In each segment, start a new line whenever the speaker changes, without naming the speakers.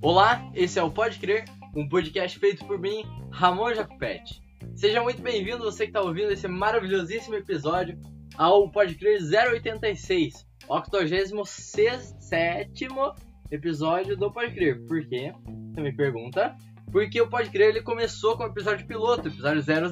Olá, esse é o Pode Crer, um podcast feito por mim, Ramon Jacopetti. Seja muito bem-vindo, você que está ouvindo esse maravilhosíssimo episódio ao Pode Crer 086, 87 episódio do Pode Crer. Por quê? Você me pergunta. Porque o Pode Crer ele começou com o episódio piloto, episódio 000.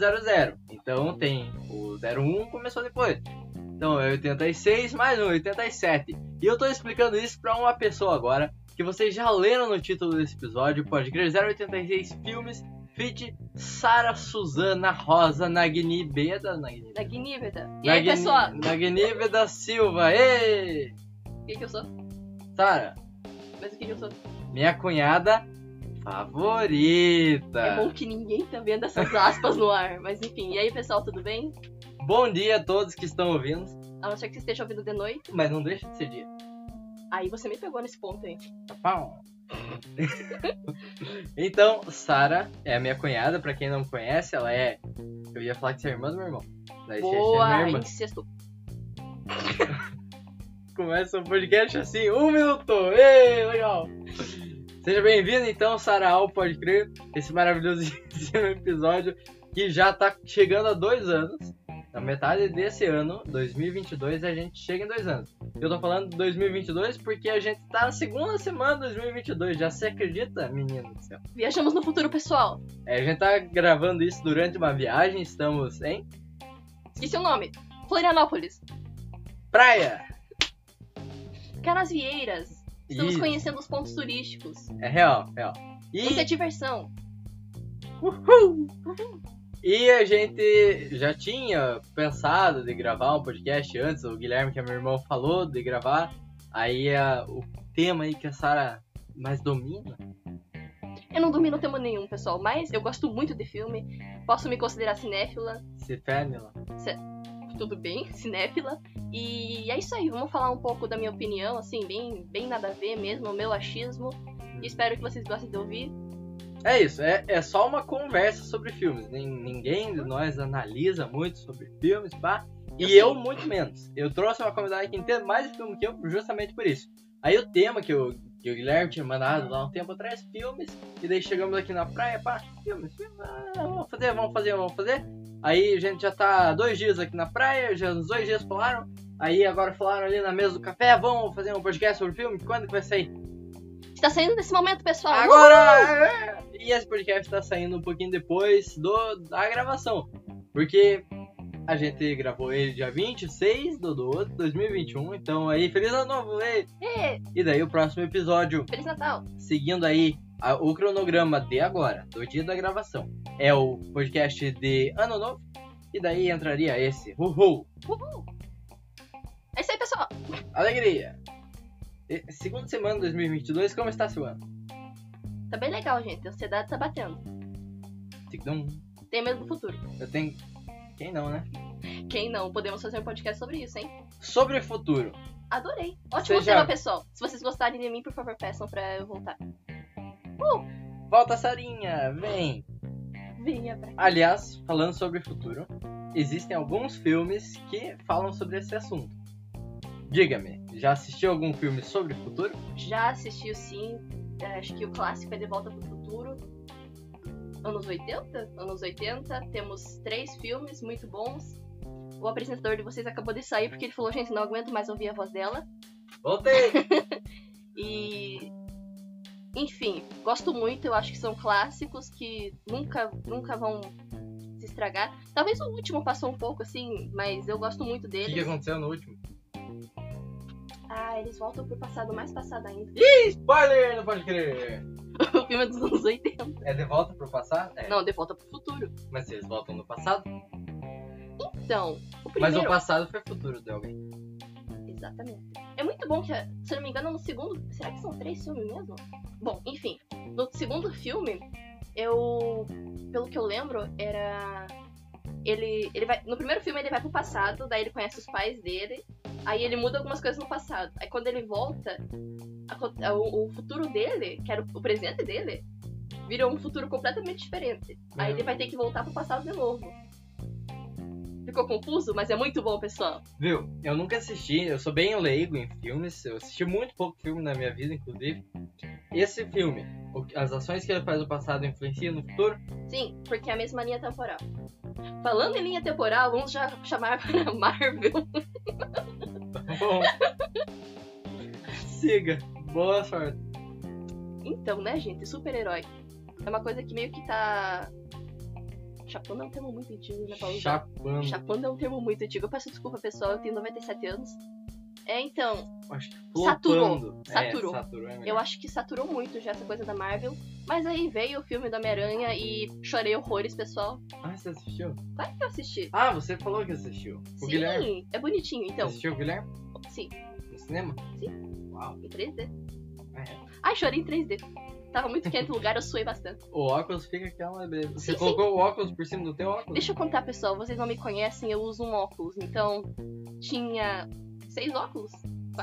Então tem o 01 começou depois. Então é 86 mais um, 87. E eu tô explicando isso pra uma pessoa agora, que vocês já leram no título desse episódio, pode crer 086 Filmes, feat Sara Suzana Rosa Nagnibeda. Nagni-
Da Guiníveda. tá? E aí, pessoal,
Nagni- Nagnibeda Silva, ei!
o que, que eu sou?
Sara,
Mas o que, que eu sou?
minha cunhada favorita.
É bom que ninguém tá vendo essas aspas no ar. Mas enfim, e aí, pessoal, tudo bem?
Bom dia a todos que estão ouvindo,
A não ser que você esteja ouvindo de noite.
mas não deixa de ser dia.
Aí você me pegou nesse ponto aí.
Pau. então, Sara é a minha cunhada, pra quem não conhece, ela é. Eu ia falar que você é irmã do meu irmão. Daí você é minha
Boa,
irmã.
incesto.
Começa o podcast assim, um minuto! Ei, legal! Seja bem-vindo então, Sara ao Pode Crer, esse maravilhosíssimo episódio que já tá chegando a dois anos. Na metade desse ano, 2022, a gente chega em dois anos. Eu tô falando de 2022 porque a gente tá na segunda semana de 2022, já se acredita, menino do céu?
Viajamos no futuro, pessoal.
É, a gente tá gravando isso durante uma viagem, estamos em
Esqueci o nome. Florianópolis.
praia.
Canasvieiras. Estamos
Isso,
conhecendo os pontos turísticos.
É real, real. E,
Isso é diversão.
Uhul! e a gente já tinha pensado de gravar um podcast antes, o Guilherme, que é meu irmão, falou de gravar. Aí a- o tema aí que a Sara mais domina.
Eu não domino tema nenhum, pessoal, mas eu gosto muito de filme. Posso me considerar cinéfila.
Se né, Fêmela.
tudo bem, cinéfila. E é isso aí, vamos falar um pouco da minha opinião, assim, bem, bem nada a ver mesmo, o meu achismo.
Uhum.
E espero que vocês gostem de ouvir.
É isso, é, é só uma conversa sobre filmes. Nin- Ninguém de nós analisa muito sobre filmes, pá. E eu muito menos. Eu trouxe uma convidada que entende mais de filme que eu, justamente por isso. Aí o tema que, eu, que o Guilherme tinha mandado lá um tempo atrás, filmes, e daí chegamos aqui na praia, pá, filmes, filmes, ah, vamos fazer, vamos fazer, vamos fazer. Aí a gente já tá dois dias aqui na praia, já uns dois dias falaram. Aí agora falaram ali na mesa do café, vamos fazer um podcast sobre filme, quando que vai sair?
Está saindo desse momento, pessoal!
Agora! é. E esse podcast tá saindo um pouquinho depois do, da gravação. Porque a gente gravou ele dia 26 do 12 de 2021. Então aí, feliz ano novo! ei!
Ê,
E daí o próximo episódio,
Feliz Natal!
seguindo aí a- o cronograma de agora, do dia da gravação, é o podcast de ano novo. E daí entraria esse. Uhul!
Uhul! É isso aí, pessoal!
Alegria! E- Segunda semana de 2022, como está a semana?
Tá bem legal, gente, a ansiedade tá batendo.
Tic-tum.
Tem medo do futuro.
Eu tenho. Quem não, né?
Quem não? Podemos fazer um podcast sobre isso, hein?
Sobre o futuro.
Adorei! Ótimo
Seja-
tema, pessoal! Se vocês gostarem de mim, por favor, peçam pra eu voltar.
Volta, Sarinha, vem!
Venha pra
Aliás, falando sobre o futuro, existem alguns filmes que falam sobre esse assunto. Diga-me, já assistiu algum filme sobre o futuro?
Já assisti sim, é, acho que o clássico é De Volta pro Futuro. Anos 80? Anos 80. Temos três filmes muito bons. O apresentador de vocês acabou de sair porque ele falou, gente, não aguento mais ouvir a voz dela.
Voltei!
E. Enfim, gosto muito, eu acho que são clássicos que nunca, nunca vão se estragar. Talvez o último passou um pouco, assim, mas eu gosto muito
o que, que
deles.
aconteceu no último?
Ah, eles voltam pro passado, mais passado ainda.
Spoiler, não pode crer!
o filme é dos anos 80.
É de volta pro passado? É.
Não, de volta pro futuro.
Mas eles voltam no passado?
Então, o
Mas
primeiro.
o passado foi futuro de alguém.
Exatamente. É muito bom que, se eu não me engano, no segundo. Será que são três filmes mesmo? Bom, enfim. No segundo filme, eu. Pelo que eu lembro, era. Ele, ele vai. No primeiro filme ele vai pro passado, daí ele conhece os pais dele. Aí ele muda algumas coisas no passado. Aí quando ele volta, acon- o, o futuro dele, que era o presente dele, vira um futuro completamente diferente.
É.
Aí ele vai ter que voltar pro passado de novo. Ficou confuso, mas é muito bom, pessoal.
Viu? Eu nunca assisti, eu sou bem leigo em filmes, eu assisti muito pouco filme na minha vida, inclusive. Esse filme, o que- as ações que ele faz no passado influenciam no futuro?
Sim, porque é a mesma linha temporal. Falando em linha temporal, vamos já chamar para Marvel.
Bom. Siga. Boa sorte.
Então, né, gente? Super-herói. É uma coisa que meio que tá. Chapando é um termo muito antigo, né, Paulo?
Chapando.
Chapando é um termo muito antigo. Eu peço desculpa, pessoal, eu tenho 97 anos. É, então,
Acho que
Saturou.
flopando.
Saturou.
É, saturou é
eu
melhor.
acho que saturou muito já essa coisa da Marvel. Mas aí veio o filme do Homem-Aranha e chorei horrores, pessoal.
Ah, você assistiu?
Claro que eu assisti.
Ah, você falou que assistiu. O
Sim,
Guilherme.
é bonitinho, então.
Assistiu o Guilherme?
Sim,
No cinema?
em 3D.
É.
Ai, chorei em 3D. Tava muito quente o lugar, eu suei bastante.
O óculos fica aquela beleza. Você
Sim, sim.
colocou o óculos por cima do teu óculos?
Deixa eu contar, pessoal, vocês não me conhecem, eu uso um óculos. Então, tinha seis óculos.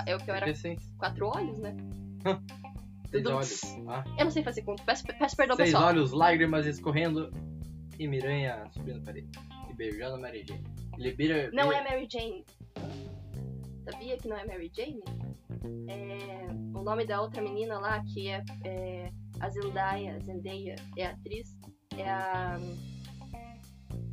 É o que eu era,
Seis,
quatro olhos, né?
seis
Tudo-
olhos. Ah,
Eu não sei fazer conta, peço, peço perdão,
seis
pessoal.
olhos, lágrimas escorrendo. E Miranha subindo a parede. E beijando a Mary Jane. Libera.
Não é Mary Jane. Sabia que não é Mary Jane? É, o nome da outra menina lá, que é, é a Zendaya, Zendaya, é a atriz, é a...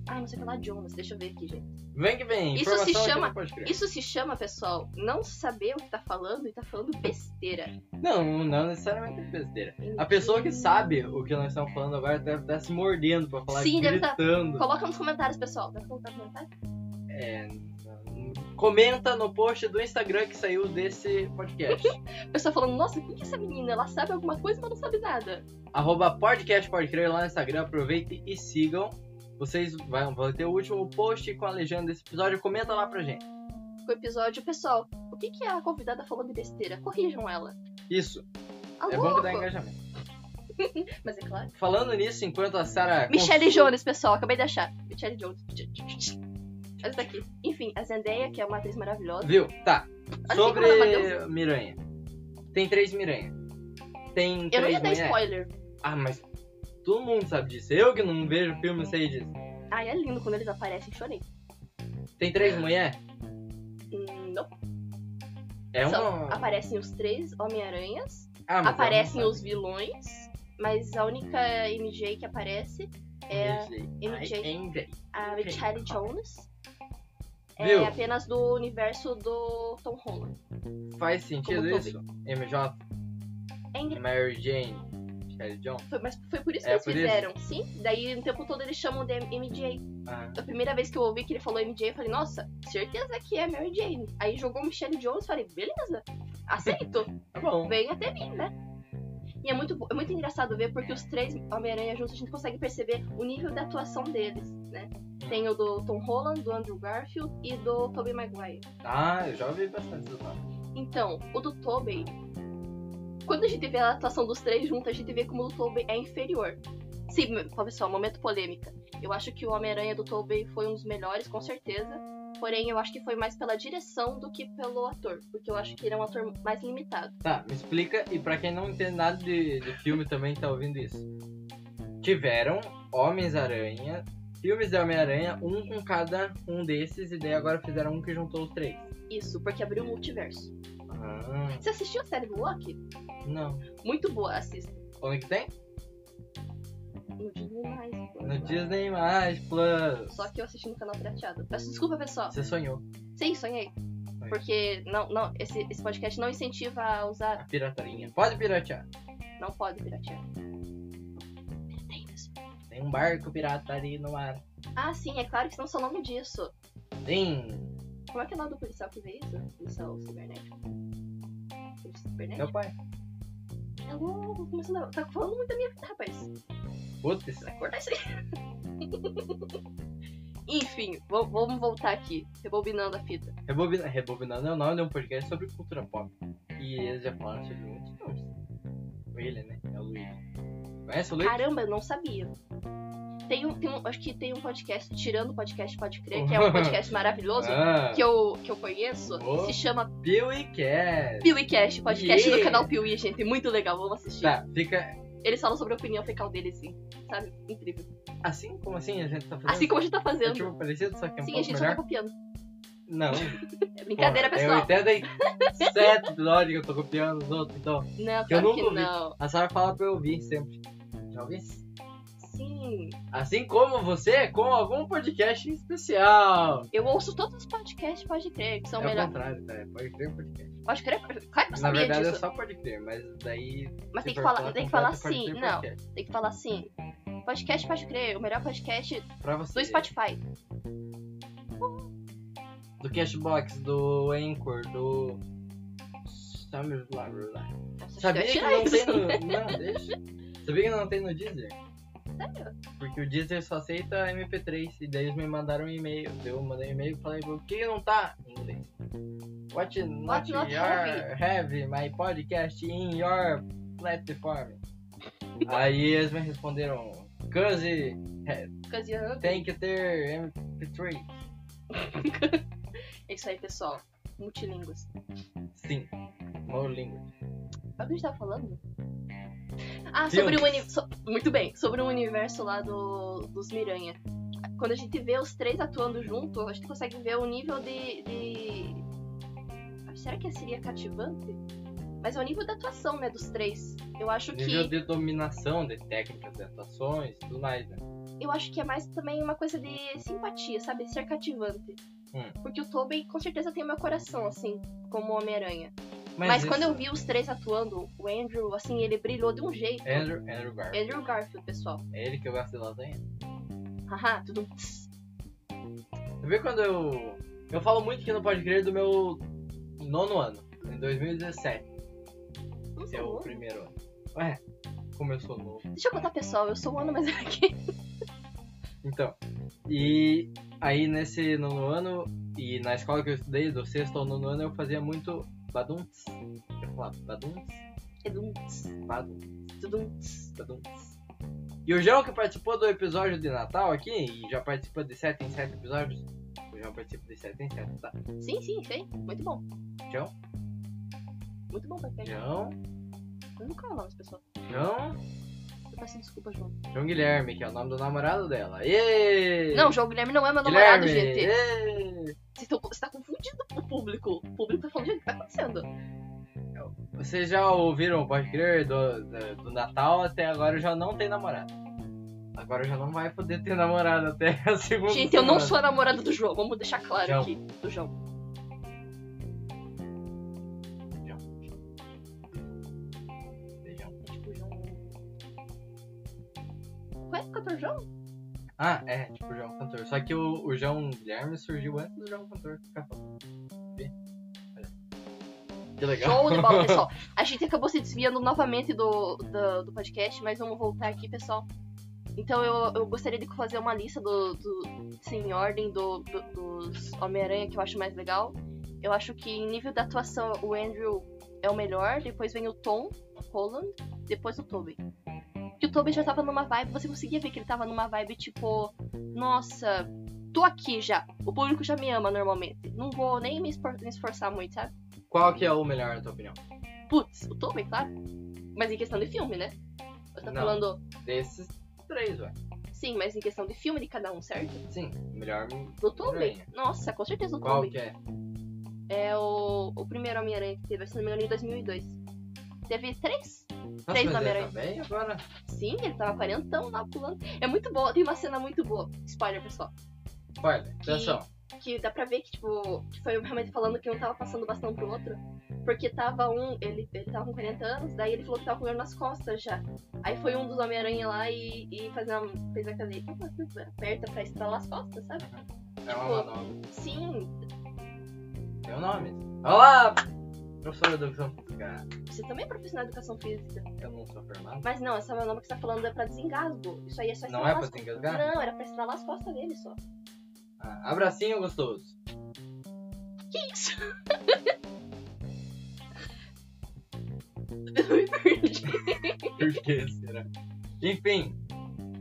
Ah, não sei o que lá, Jonas, deixa eu ver aqui, gente.
Vem que vem.
Isso se
informação que
chama-
Não, pode crer.
Isso se chama, pessoal, não saber o que tá falando e tá falando besteira. Hum.
não, não necessariamente é besteira. A pessoa que sabe o que nós estamos falando agora deve estar se mordendo pra falar
Sim, deve tá-
gritando.
Coloca nos comentários, pessoal. Tá Dá pra colocar nos comentários?
É, n- comenta no post do Instagram que saiu desse podcast.
O pessoal falando, nossa, o que que é essa menina? Ela sabe alguma coisa, mas não sabe nada.
Arroba podcast pode crer lá no Instagram, aproveitem e sigam. Vocês vão, vão ter o último post com a legenda desse episódio, comenta lá pra gente.
Com o episódio, pessoal, o que que a convidada falou de besteira? Corrijam ela.
Isso,
Alô?
é bom que dá engajamento.
Mas é claro.
Falando nisso, enquanto a Sarah.
Michelle Jones, pessoal, acabei de achar. Michelle Jones. Essa daqui. Enfim, a Zendaya, que é uma atriz maravilhosa.
Viu? Tá.
Olha
Sobre
como ela
Miranha. Tem três Miranha. Tem
Eu
três
não ia dar
mulheres.
spoiler.
Ah, mas todo mundo sabe disso. Eu que não vejo filme sei disso.
Ai, é lindo quando eles aparecem, chorei.
Tem
É.
três mulheres?
Hum, Não.
É
Só
uma.
Aparecem os três Homem-Aranhas.
Ah, mas
aparecem
é uma-
os vilões, mas a única MJ que aparece é MJ.
Ai, MJ.
a
ok.
Michelle Jones.
Viu?
É apenas do universo do Tom Holland.
Faz sentido
Como todo
isso? MJ,
É engra-
Mary Jane, Michelle Jones.
foi- Mas foi por isso que
É
eles
por isso?
fizeram, sim. Daí o tempo todo eles chamam de MJ.
Ah,
A primeira vez que eu ouvi que ele falou MJ, eu falei, nossa, certeza que é Mary Jane. Aí jogou Michelle Jones e falei, beleza, aceito.
tá bom.
vem até mim, né? E é muito, bo- é muito engraçado ver porque os três Homem-Aranha juntos a gente consegue perceber o nível da atuação deles, né? Tem o do Tom Holland, do Andrew Garfield e do Tobey Maguire.
Ah, eu já ouvi bastante do nome.
Então, o do Tobey, quando a gente vê a atuação dos três juntos, a gente vê como o do Tobey é inferior. Sim, meu- pessoal, é um momento polêmica. Eu acho que o Homem-Aranha do Tobey foi um dos melhores, com certeza. Porém, eu acho que foi mais pela direção do que pelo ator, porque eu acho que ele é um ator mais limitado.
Tá, me explica. E pra quem não entende nada de, de filme também tá ouvindo isso. Tiveram Homens-Aranha, filmes de Homem-Aranha, um com cada um desses, e daí agora fizeram um que juntou os três.
Isso, porque abriu o multiverso.
Ah,
Você assistiu a série do Loki?
não.
Muito boa, assista.
Onde é que tem?
No Disney+. Mais, pô.
No Disney Mais Plus.
Só que eu assisti no canal pirateado. Peço desculpa, pessoal.
Você sonhou.
Sim, sonhei. Porque não, não, esse, esse podcast não incentiva a
A
usar...
pirataria. Pode piratear.
Não pode piratear. Tem isso.
Tem um barco pirataria no mar.
Ah, sim, é claro que senão só nome disso.
Tem.
Como é que é o nome do policial que vê isso? Policial cibernético. Policial
Meu
cibernético?
pai.
Tá louco, começando a... Tá falando muito da minha vida, rapaz.
Putz.
Vai cortar isso aí. Enfim, vo- vamos voltar aqui, rebobinando a fita.
Rebobina... Rebobinando é o nome de um podcast sobre cultura pop. E eles já falaram sobre muitos nomes. O Ele, né? É o Luigi. Conhece o Luigi?
Caramba, eu não sabia. Tem um, tem um- acho que tem um podcast, tirando o podcast Pode Crer, que é um podcast maravilhoso,
Ah,
que eu, que eu conheço,
Boa.
se chama
Billy Cat.
PeeWeeCast, podcast do
Yeah.
canal PeeWee, gente, muito legal, vamos assistir.
Tá, fica
Eles falam sobre a opinião fecal deles, sim, sabe? Incrível.
assim como assim a gente tá fazendo.
Assim como a gente tá
Uhum. é
fazendo.
tipo parecido, só que é um
sim, a
pouco
gente só
melhor.
tá copiando.
Não.
É brincadeira,
porra,
pessoal.
Tem 87 episódios que eu tô copiando os outros, então.
Não,
que eu
claro que
nunca ouvi.
não.
A Sara fala pra eu ouvir sempre. Já ouvi?
Sim,
Assim como você, com algum podcast em especial.
eu ouço todos os podcasts, pode crer, que são
é o
melhores.
contrário, tá? É Pode crer, pode crer.
Pode crer, claro que eu
Na
Então, sabia
verdade
disso.
é só pode crer, mas daí.
Mas
se
tem que
for
falar, tem que falar
completo, pode
assim,
crer,
não,
pode crer.
tem que falar assim. Podcast, pode crer, o melhor podcast
Pra você.
do Spotify.
do Cashbox, do Anchor, do. Sabe, blá, blá, blá.
Nossa,
Sabia
acho
que
eu ia
não
tirar
tem
isso.
no. Não, deixa. Sabia que não tem no Deezer?
Sério?
Porque o Deezer só aceita MP3. E daí eles me mandaram um e-mail. Eu mandei um e-mail e falei, por que não tá? Em inglês. What not,
What not
your have? my podcast in your platform? Aí eles me responderam, cause
Because you hungry.
tem que ter MP3.
É isso aí, pessoal. Multilínguas.
Sim. Uma língua.
Sabe o que a gente tava falando? Ah,
Filmes.
sobre o universo. Muito bem, sobre o universo lá do... dos Miranha. Quando a gente vê os três atuando junto, a gente consegue ver o nível de. de- Será que seria cativante? Mas é o nível da atuação, né, dos três. Eu acho que.
Nível de dominação, de técnicas, de atuações, tudo mais, né?
eu acho que é mais também uma coisa de simpatia, sabe? Ser cativante.
Hum.
Porque o Tobey com certeza tem o meu coração, assim, como Homem-Aranha. Mas,
esse-
quando eu vi os três atuando, o Andrew, assim, ele brilhou de um jeito.
Andrew, Andrew Garfield.
Andrew Garfield, pessoal.
É ele que eu gosto de lasanha.
Haha, tudo.
Você vê quando eu. Eu falo muito que não pode crer do meu nono ano, em 2017,
Não
que
sei
é o
o nome.
primeiro ano. Ué, como eu sou novo.
Deixa eu contar, pessoal. Eu sou o ano mais velho aqui.
Então, e aí nesse nono ano, e na escola que eu estudei, do sexto ao nono ano, eu fazia muito baduntz. Eu falava baduntz,
Tudum,
baduntz,
tudum.
baduntz. E o João que participou do episódio de Natal aqui, e já participa de 7 em 7 episódios, o João participa de 7 em 7, tá?
Sim, sim, sei. Muito bom.
João?
Muito bom, Pepe. é
João,
Eu nunca falo isso, pessoal.
João,
Eu peço desculpa, João.
João Guilherme, que é o nome do namorado dela. Ê!
Não, João Guilherme não é meu namorado,
Guilherme,
gente.
ê!
Você tá, você tá confundindo o público. O público tá falando, gente, o que tá acontecendo?
Vocês já ouviram o Pode Crer do, do, do Natal até agora eu já não tenho namorado. Agora eu já não vai poder ter namorado até a segunda
Gente, eu não
semana.
sou a namorada do João, vamos deixar claro
João.
aqui. Do João. É tipo o João. Qual é o cantor João?
Ah, é, tipo o João Cantor. Só que o, o João Guilherme surgiu antes do João Cantor ficar famoso. Vê? Olha. Que legal.
Show de bola, pessoal. A gente acabou se desviando novamente do, do, do podcast, mas vamos voltar aqui, pessoal. Então eu, eu gostaria de fazer uma lista do, do sem ordem do, do- dos Homem-Aranha que eu acho mais legal. Eu acho que em nível da atuação o Andrew é o melhor, depois vem o Tom Holland, depois o Toby. Que o Toby já tava numa vibe, você conseguia ver que ele tava numa vibe tipo, nossa, tô aqui já. O público já me ama normalmente. Não vou nem me espor- me esforçar muito, sabe?
Qual que é o melhor, na tua opinião?
Putz, o Tolkien, claro. Mas em questão de filme, né? Eu tô
Não.
falando.
Desses três, ué.
Sim, mas em questão de filme de cada um, certo?
Sim, o melhor.
Do Tolkien?
Aranha.
Nossa, com certeza o
Qual
Tolkien.
que é?
É o, o primeiro Homem-Aranha que teve, se não me engano, em 2002. Teve três?
Nossa,
Três
mas é
Homem-Aranha.
também agora?
Sim, ele tava quarentão lá pulando. É muito boa, tem uma cena muito boa. Spoiler, pessoal.
Olha, então atenção.
que dá pra ver que, tipo, que foi realmente falando que um tava passando bastante pro outro. Porque tava um, ele, ele tava com 40 anos, daí ele falou que tava com dor nas costas já. Aí foi um dos Homem-Aranha lá e, e fez, uma, fez aquela aperta pra estralar as costas, sabe?
É uma
Tipo-
manobra.
Sim,
Tem o nome. Olá, professora de educação física.
você também é profissional de educação física.
Eu não sou formado.
Mas não, essa manobra que você tá falando é pra desengasgo. Isso aí é só
Não é
estralar
pra
as
se
costas.
engasgar?
Não, era pra estralar as costas dele só.
Ah, abracinho gostoso.
Que isso? Eu me perdi.
Por que será? Enfim,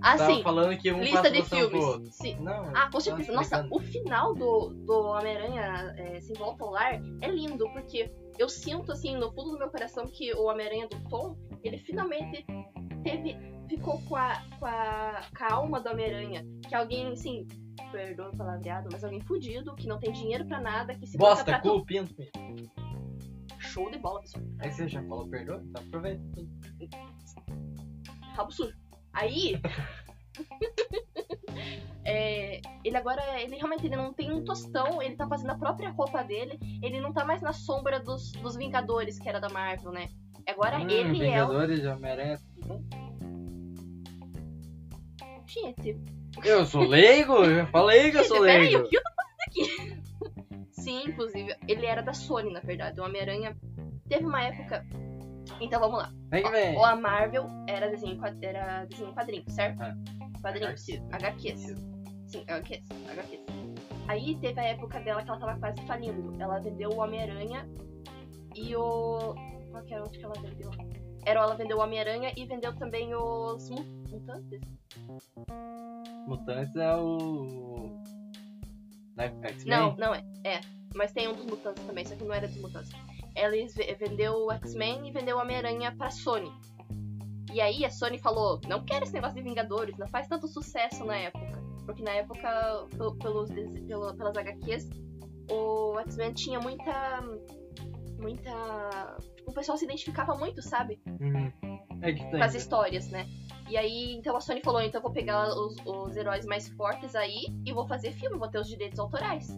Ah,
tava
sim.
falando que um
Lista
passa
de
gostoso pro outro.
filmes. Sim.
Não,
Ah, com
tava
certeza. Nossa,
explicando.
o final do, do Homem-Aranha é, Sem Volta ao Lar é lindo, porque eu sinto, assim, no fundo do meu coração que o Homem-Aranha do Tom, ele finalmente teve, ficou com a, com a, com a alma do Homem-Aranha. Que alguém, assim, perdoa o palavreado, mas alguém fudido, que não tem dinheiro pra nada, que se banca
Bosta,
pra tá, tudo.
cu, pinto. pinto.
Show de bola, pessoal.
Aí você já falou perdoa, então aproveita.
Rabo sujo. Tá Aí. é, ele agora, ele realmente ele não tem um tostão, ele tá fazendo a própria roupa dele, ele não tá mais na sombra dos, dos Vingadores, que era da Marvel, né? Agora
Hum,
ele é o.
Vingadores, Homem-Aranha, tudo bom?
Gente,
Eu sou leigo, eu falei que eu sou
peraí,
leigo.
o que eu tô fazendo aqui? Sim, inclusive, ele era da Sony, na verdade. O Homem-Aranha teve uma época. Então vamos lá.
Vem que vem.
Ou a Marvel era desenho, em quad- era desenho em quadrinhos, certo?
É.
Quadrinhos.
HQ.
HQs. Sim, HQs. HQs. Aí teve a época dela que ela tava quase falindo. Ela vendeu o Homem-Aranha e o. Qual que era onde que ela vendeu? Era ela vendeu o Homem-Aranha e vendeu também os Mu- Mutantes.
Mutantes é o. Né, X-Men?
Não, não é. É. Mas tem um dos mutantes também, só que não era dos mutantes. Ela es- vendeu o X-Men e vendeu o Homem-Aranha pra Sony. E aí a Sony falou, não quero esse negócio de Vingadores, não faz tanto sucesso na época. Porque na época, pel- pelos, des- pelo- pelas HQs, o X-Men tinha muita. Muita. O pessoal se identificava muito, sabe?
Uhum. É que tem.
com as histórias, né? E aí, então a Sony falou, então eu vou pegar os, os heróis mais fortes aí e vou fazer filme, vou ter os direitos autorais.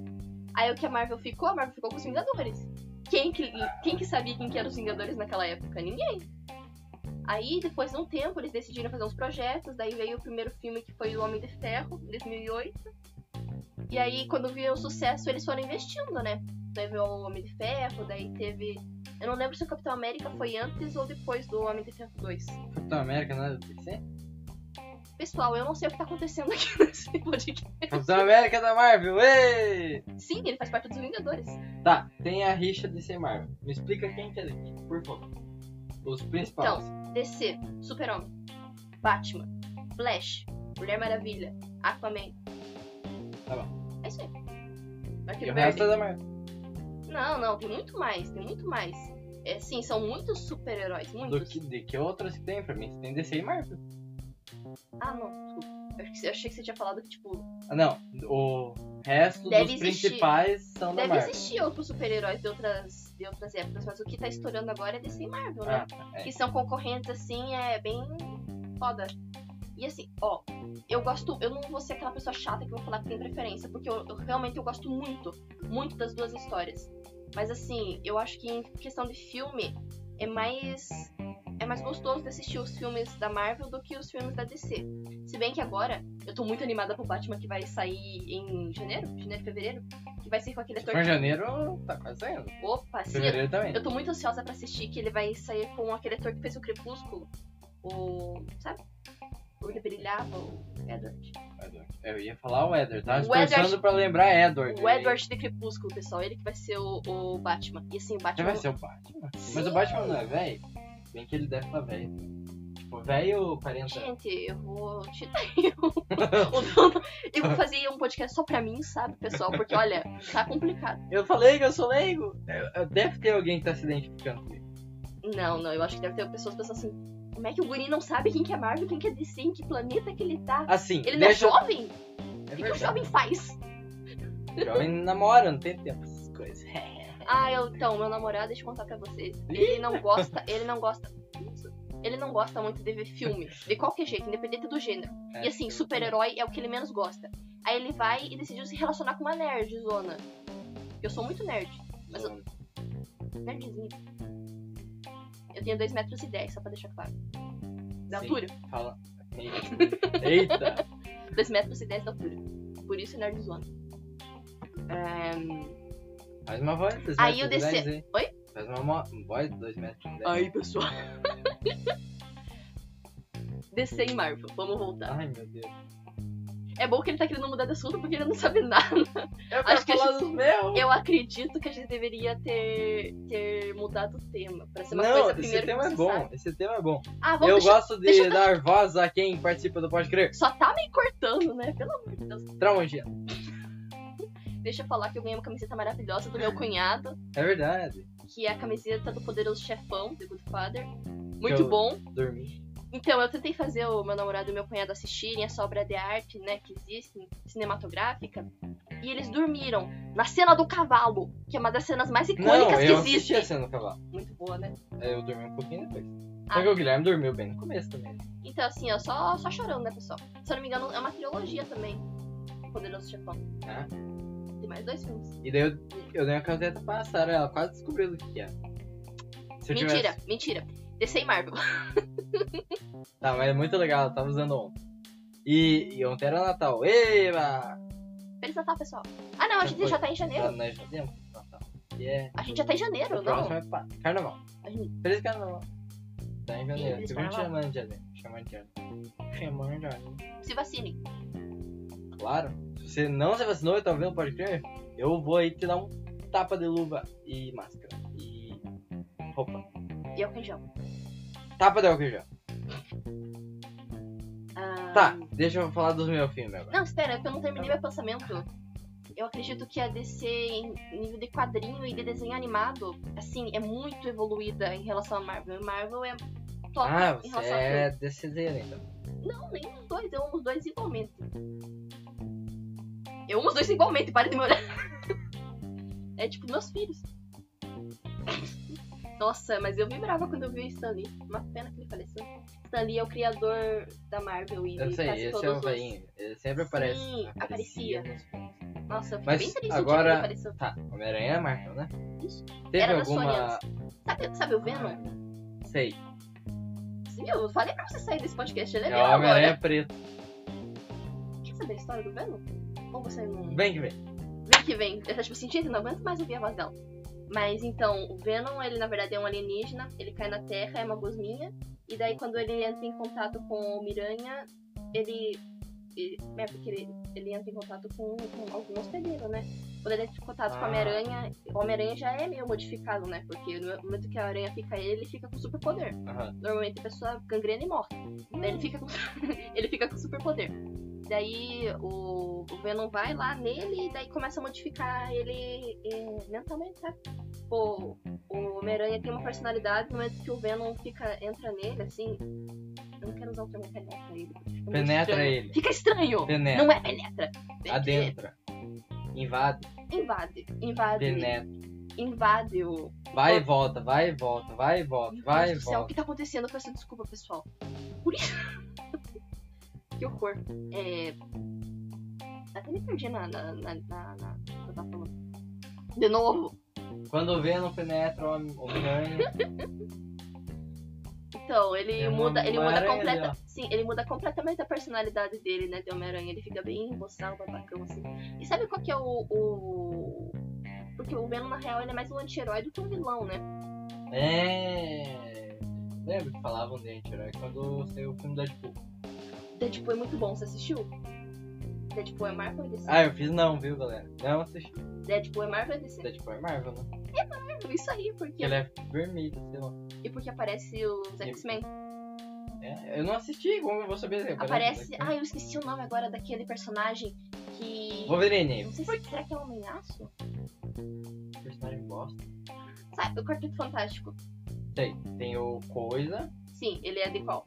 Aí o que a Marvel ficou? A Marvel ficou com os Vingadores. Quem que, quem que sabia quem que eram os Vingadores naquela época? Ninguém. Aí, depois de um tempo, eles decidiram fazer uns projetos, daí veio o primeiro filme que foi O Homem de Ferro, em 2008. E aí, quando viu o sucesso, eles foram investindo, né? Teve o Homem de Ferro, daí teve... Eu não lembro se o Capitão América foi antes ou depois do Homem de Ferro 2.
Capitão América não é do DC?
Pessoal, eu não sei o que tá acontecendo aqui nesse podcast.
Capitão América da Marvel, ei!
Sim, ele faz parte dos Vingadores.
Tá, tem a rixa DC e Marvel. Me explica quem que é daqui, por favor. Os principais.
Então, DC, Super-Homem, Batman, Flash, Mulher Maravilha, Aquaman.
Tá
É isso aí.
e
Arqueiro
o
Verde.
resto é da Marvel.
Não, não, tem muito mais, tem muito mais. É, sim, são muitos super-heróis,
Do
muitos.
que, de que outras que tem pra mim? Tem DC e Marvel.
Ah, não, desculpa. Eu acho que- Eu achei que você tinha falado que, tipo,
Ah, não. O resto
Deve
dos
existir.
principais são da
deve
Marvel.
existir outros super-heróis de outras, de outras épocas, mas o que tá estourando agora é DC e Marvel, né?
Ah, é.
que são concorrentes, assim, é bem foda. E assim, ó, eu gosto, eu não vou ser aquela pessoa chata que vou falar que tem preferência, porque eu, eu realmente eu gosto muito, muito das duas histórias. Mas assim, eu acho que em questão de filme é mais é mais gostoso de assistir os filmes da Marvel do que os filmes da DC. Se bem que agora eu tô muito animada pro Batman que vai sair em janeiro, janeiro, fevereiro, que vai ser com aquele
Se
ator.
for tipo, em janeiro, tá quase saindo.
Opa, sim, eu-
Fevereiro também. né?
eu tô muito ansiosa pra assistir que ele vai sair com aquele ator que fez o Crepúsculo. O. Sabe? O que brilhava, o Edward.
Edward. Eu ia falar o Edward, tava
O
esforçando
Edward-
pra lembrar Edward. né?
O Edward de Crepúsculo, pessoal. Ele que vai ser o, o Batman. E assim, o
Já
Batman.
vai ser o Batman. Mas
Sim.
o Batman não é velho? Bem que ele deve estar velho. Tipo, velho ou 40 anos?
Gente, eu vou te dar um- o dono. Eu vou fazer um podcast só pra mim, sabe, pessoal? Porque olha, tá complicado.
Eu falei que eu sou leigo. Eu- eu- Deve ter alguém que tá se identificando comigo.
Não, não, eu acho que deve ter pessoas pensando assim: como é que o Guri não sabe quem que é Marvel, quem que é DC, em que planeta que ele tá?
Assim,
Ele não é
deixa eu-
jovem?
É
O que, que o
verdade.
jovem faz?
Jovem namora, não tem tempo pra essas coisas.
Ah, eu, então, meu namorado, deixa eu contar pra vocês. Ele não gosta, ele não gosta. Ele não gosta muito de ver filme, de qualquer jeito, independente do gênero. E assim, super-herói é o que ele menos gosta. Aí ele vai e decidiu se relacionar com uma nerd, zona. Eu sou muito nerd, mas eu- nerdzinho. Eu tenho 2 metros e 10, só pra deixar claro. Da
Sim.
altura?
Fala. Eita.
2 metros e 10 da altura. Por isso nerd zona. É,
Faz uma voz. dois metros
Aí eu
e dez
desci-
aí.
Oi?
Faz uma mo- um voz, 2 metros. e dez.
Aí, pessoal. DC e Marvel, vamos voltar.
Ai, meu Deus.
É bom que ele tá querendo mudar de assunto porque ele não sabe nada.
Eu
Acho que
quero
a
falar
gente-
dos meus.
Eu acredito que a gente deveria ter, ter mudado o tema. Pra ser uma
Não,
coisa
esse
primeiro
tema
que
é
você
bom.
sabe.
Esse tema é bom.
Ah, vamos
Eu
deixar...
gosto de
deixa eu-
dar voz a quem participa do Pode Crer.
Só tá me cortando, né? Pelo amor de Deus.
Tramontina.
Deixa eu falar que eu ganhei uma camiseta maravilhosa do meu cunhado,
É verdade.
que é a camiseta do poderoso chefão, The Good Father. Muito
Eu-
bom.
Dormi.
Então, eu tentei fazer o meu namorado e meu cunhado assistirem essa obra de arte, né, que existe, cinematográfica, e eles dormiram na cena do cavalo, que é uma das cenas mais icônicas
não,
que
eu assisti
existe.
a cena do cavalo.
Muito boa, né?
É, Eu dormi um pouquinho depois. Só
Ah.
que o Guilherme dormiu bem no começo também.
Então, assim, ó, só, só chorando, né, pessoal? Se eu não me engano, é uma trilogia também. Poderoso Chefão.
Ah.
Tem mais dois filmes.
E daí eu, eu dei uma caseta pra Sarah, ela quase descobriu o que é. Se eu
mentira,
Tivesse...
mentira. DC e Marvel.
Tá, mas é muito legal, ela tava usando ontem. E, e ontem era Natal. Eba!
Feliz Natal, pessoal. Ah, não, a
Já
gente
foi.
já tá em
Tá,
janeiro.
nós já temos Natal. E é.
A gente já tá em
O
janeiro,
próximo
não?
é pá, Carnaval.
A gente-
Feliz Carnaval. Tá em janeiro.
Feliz
Segundo
Carnaval.
chamando de janeiro. Chamando de janeiro. Chamando de janeiro.
Se vacine.
Claro. Se você não se vacinou e tá ouvindo, pode crer. Eu vou aí te dar um tapa de luva e máscara. E roupa.
E é álcool em gel.
Tapa de álcool em gel.
Ah,
Tá, deixa eu falar dos meus filmes agora.
Não, espera, é que eu não terminei meu pensamento. Eu acredito que a DC, em nível de quadrinho e de desenho animado, assim, é muito evoluída em relação a Marvel. E Marvel é top
Ah, você
em relação a filme.
é decideira então.
Não, nem os dois. Eu amo os dois igualmente. Eu amo os um dois igualmente, para de me olhar. É tipo meus filhos. Nossa, mas eu vibrava quando eu vi o Stan Lee. Uma pena que ele faleceu. Stan Lee é o criador da Marvel e
Eu
de
sei,
quase
esse
todos
é o
os-
velhinho. Ele sempre aparece.
Sim, aparecia.
nos filmes.
Nossa, eu fiquei
Mas
bem triste
agora-
de quando ele apareceu.
Tá, Homem-Aranha é Marvel, né?
Isso.
Teve
Era da Sony
alguma.
Sabe, sabe o Venom?
Ah, Sei.
Você viu? Eu falei pra você sair desse podcast. Ele é
É
Venom
o
agora.
Homem-Aranha preto.
Quer saber a história do Venom? Ou você não...
Vem que vem.
Vem que vem. Eu, tipo assim, gente, não aguento mais ouvir a voz dela. Mas então, o Venom, ele na verdade é um alienígena, ele cai na Terra, é uma gosminha, e daí quando ele entra em contato com o Miranha, ele. ele- é, porque ele, ele entra em contato com, com algum hospedeiro, né? Quando ele entra em contato com
Ah.
a Homem-Aranha, o Homem-Aranha já é meio modificado, né? Porque no momento que a aranha pica ele, ele fica com superpoder.
Aham.
Normalmente a pessoa gangrena e morre. Daí ele fica com ele fica com superpoder. Daí o, o Venom vai lá nele e daí começa a modificar ele eh, mentalmente, sabe? O, o Homem-Aranha tem uma personalidade, no momento que o Venom fica, entra nele, assim. Eu não quero usar o termo penetra ele. porque fica muito
Penetra
estranho.
ele.
Fica estranho!
Penetra.
Não é penetra. É
Adentra. Invade.
que Invade. Invade.
Penetra.
Invade o.
Vai e volta, vai e volta, vai e volta,
Meu
vai e
Deus do céu, o
volta.
que tá acontecendo? Eu peço desculpa, pessoal. Por isso. que horror. É. Até me perdi na. na, na, na, na- no que eu tava falando. De novo.
Quando o Venom penetra o homem- o Homem-Aranha.
Então, ele
É uma
muda. Ele muda
Homem-Aranha
completa.
ali,
Sim, ele muda completamente a personalidade dele, né? De Homem-Aranha. Ele fica bem boçal, babacão, assim. E sabe qual que é o. o... Porque o Venom, na real, ele é mais um anti-herói do que um vilão, né?
é. Lembra que falavam de anti-herói quando saiu o filme Deadpool?
Deadpool é muito bom, você assistiu? Deadpool é Marvel ou DC?
Ah, eu fiz não, viu, galera? Não assisti.
Deadpool é Marvel ou DC?
Deadpool é Marvel, né?
Isso aí, porque
Ele é vermelho, sei lá.
E porque aparece os
E-
X-Men.
É, eu não assisti, como eu vou saber? se
Aparece.
Deadpool?
Ah, eu esqueci o nome agora daquele personagem que.
Wolverine.
Não sei se será que é um homem-aço?
Personagem bosta.
Sabe, o Quarteto Fantástico.
Tem, tem o Coisa.
Sim, ele é de qual?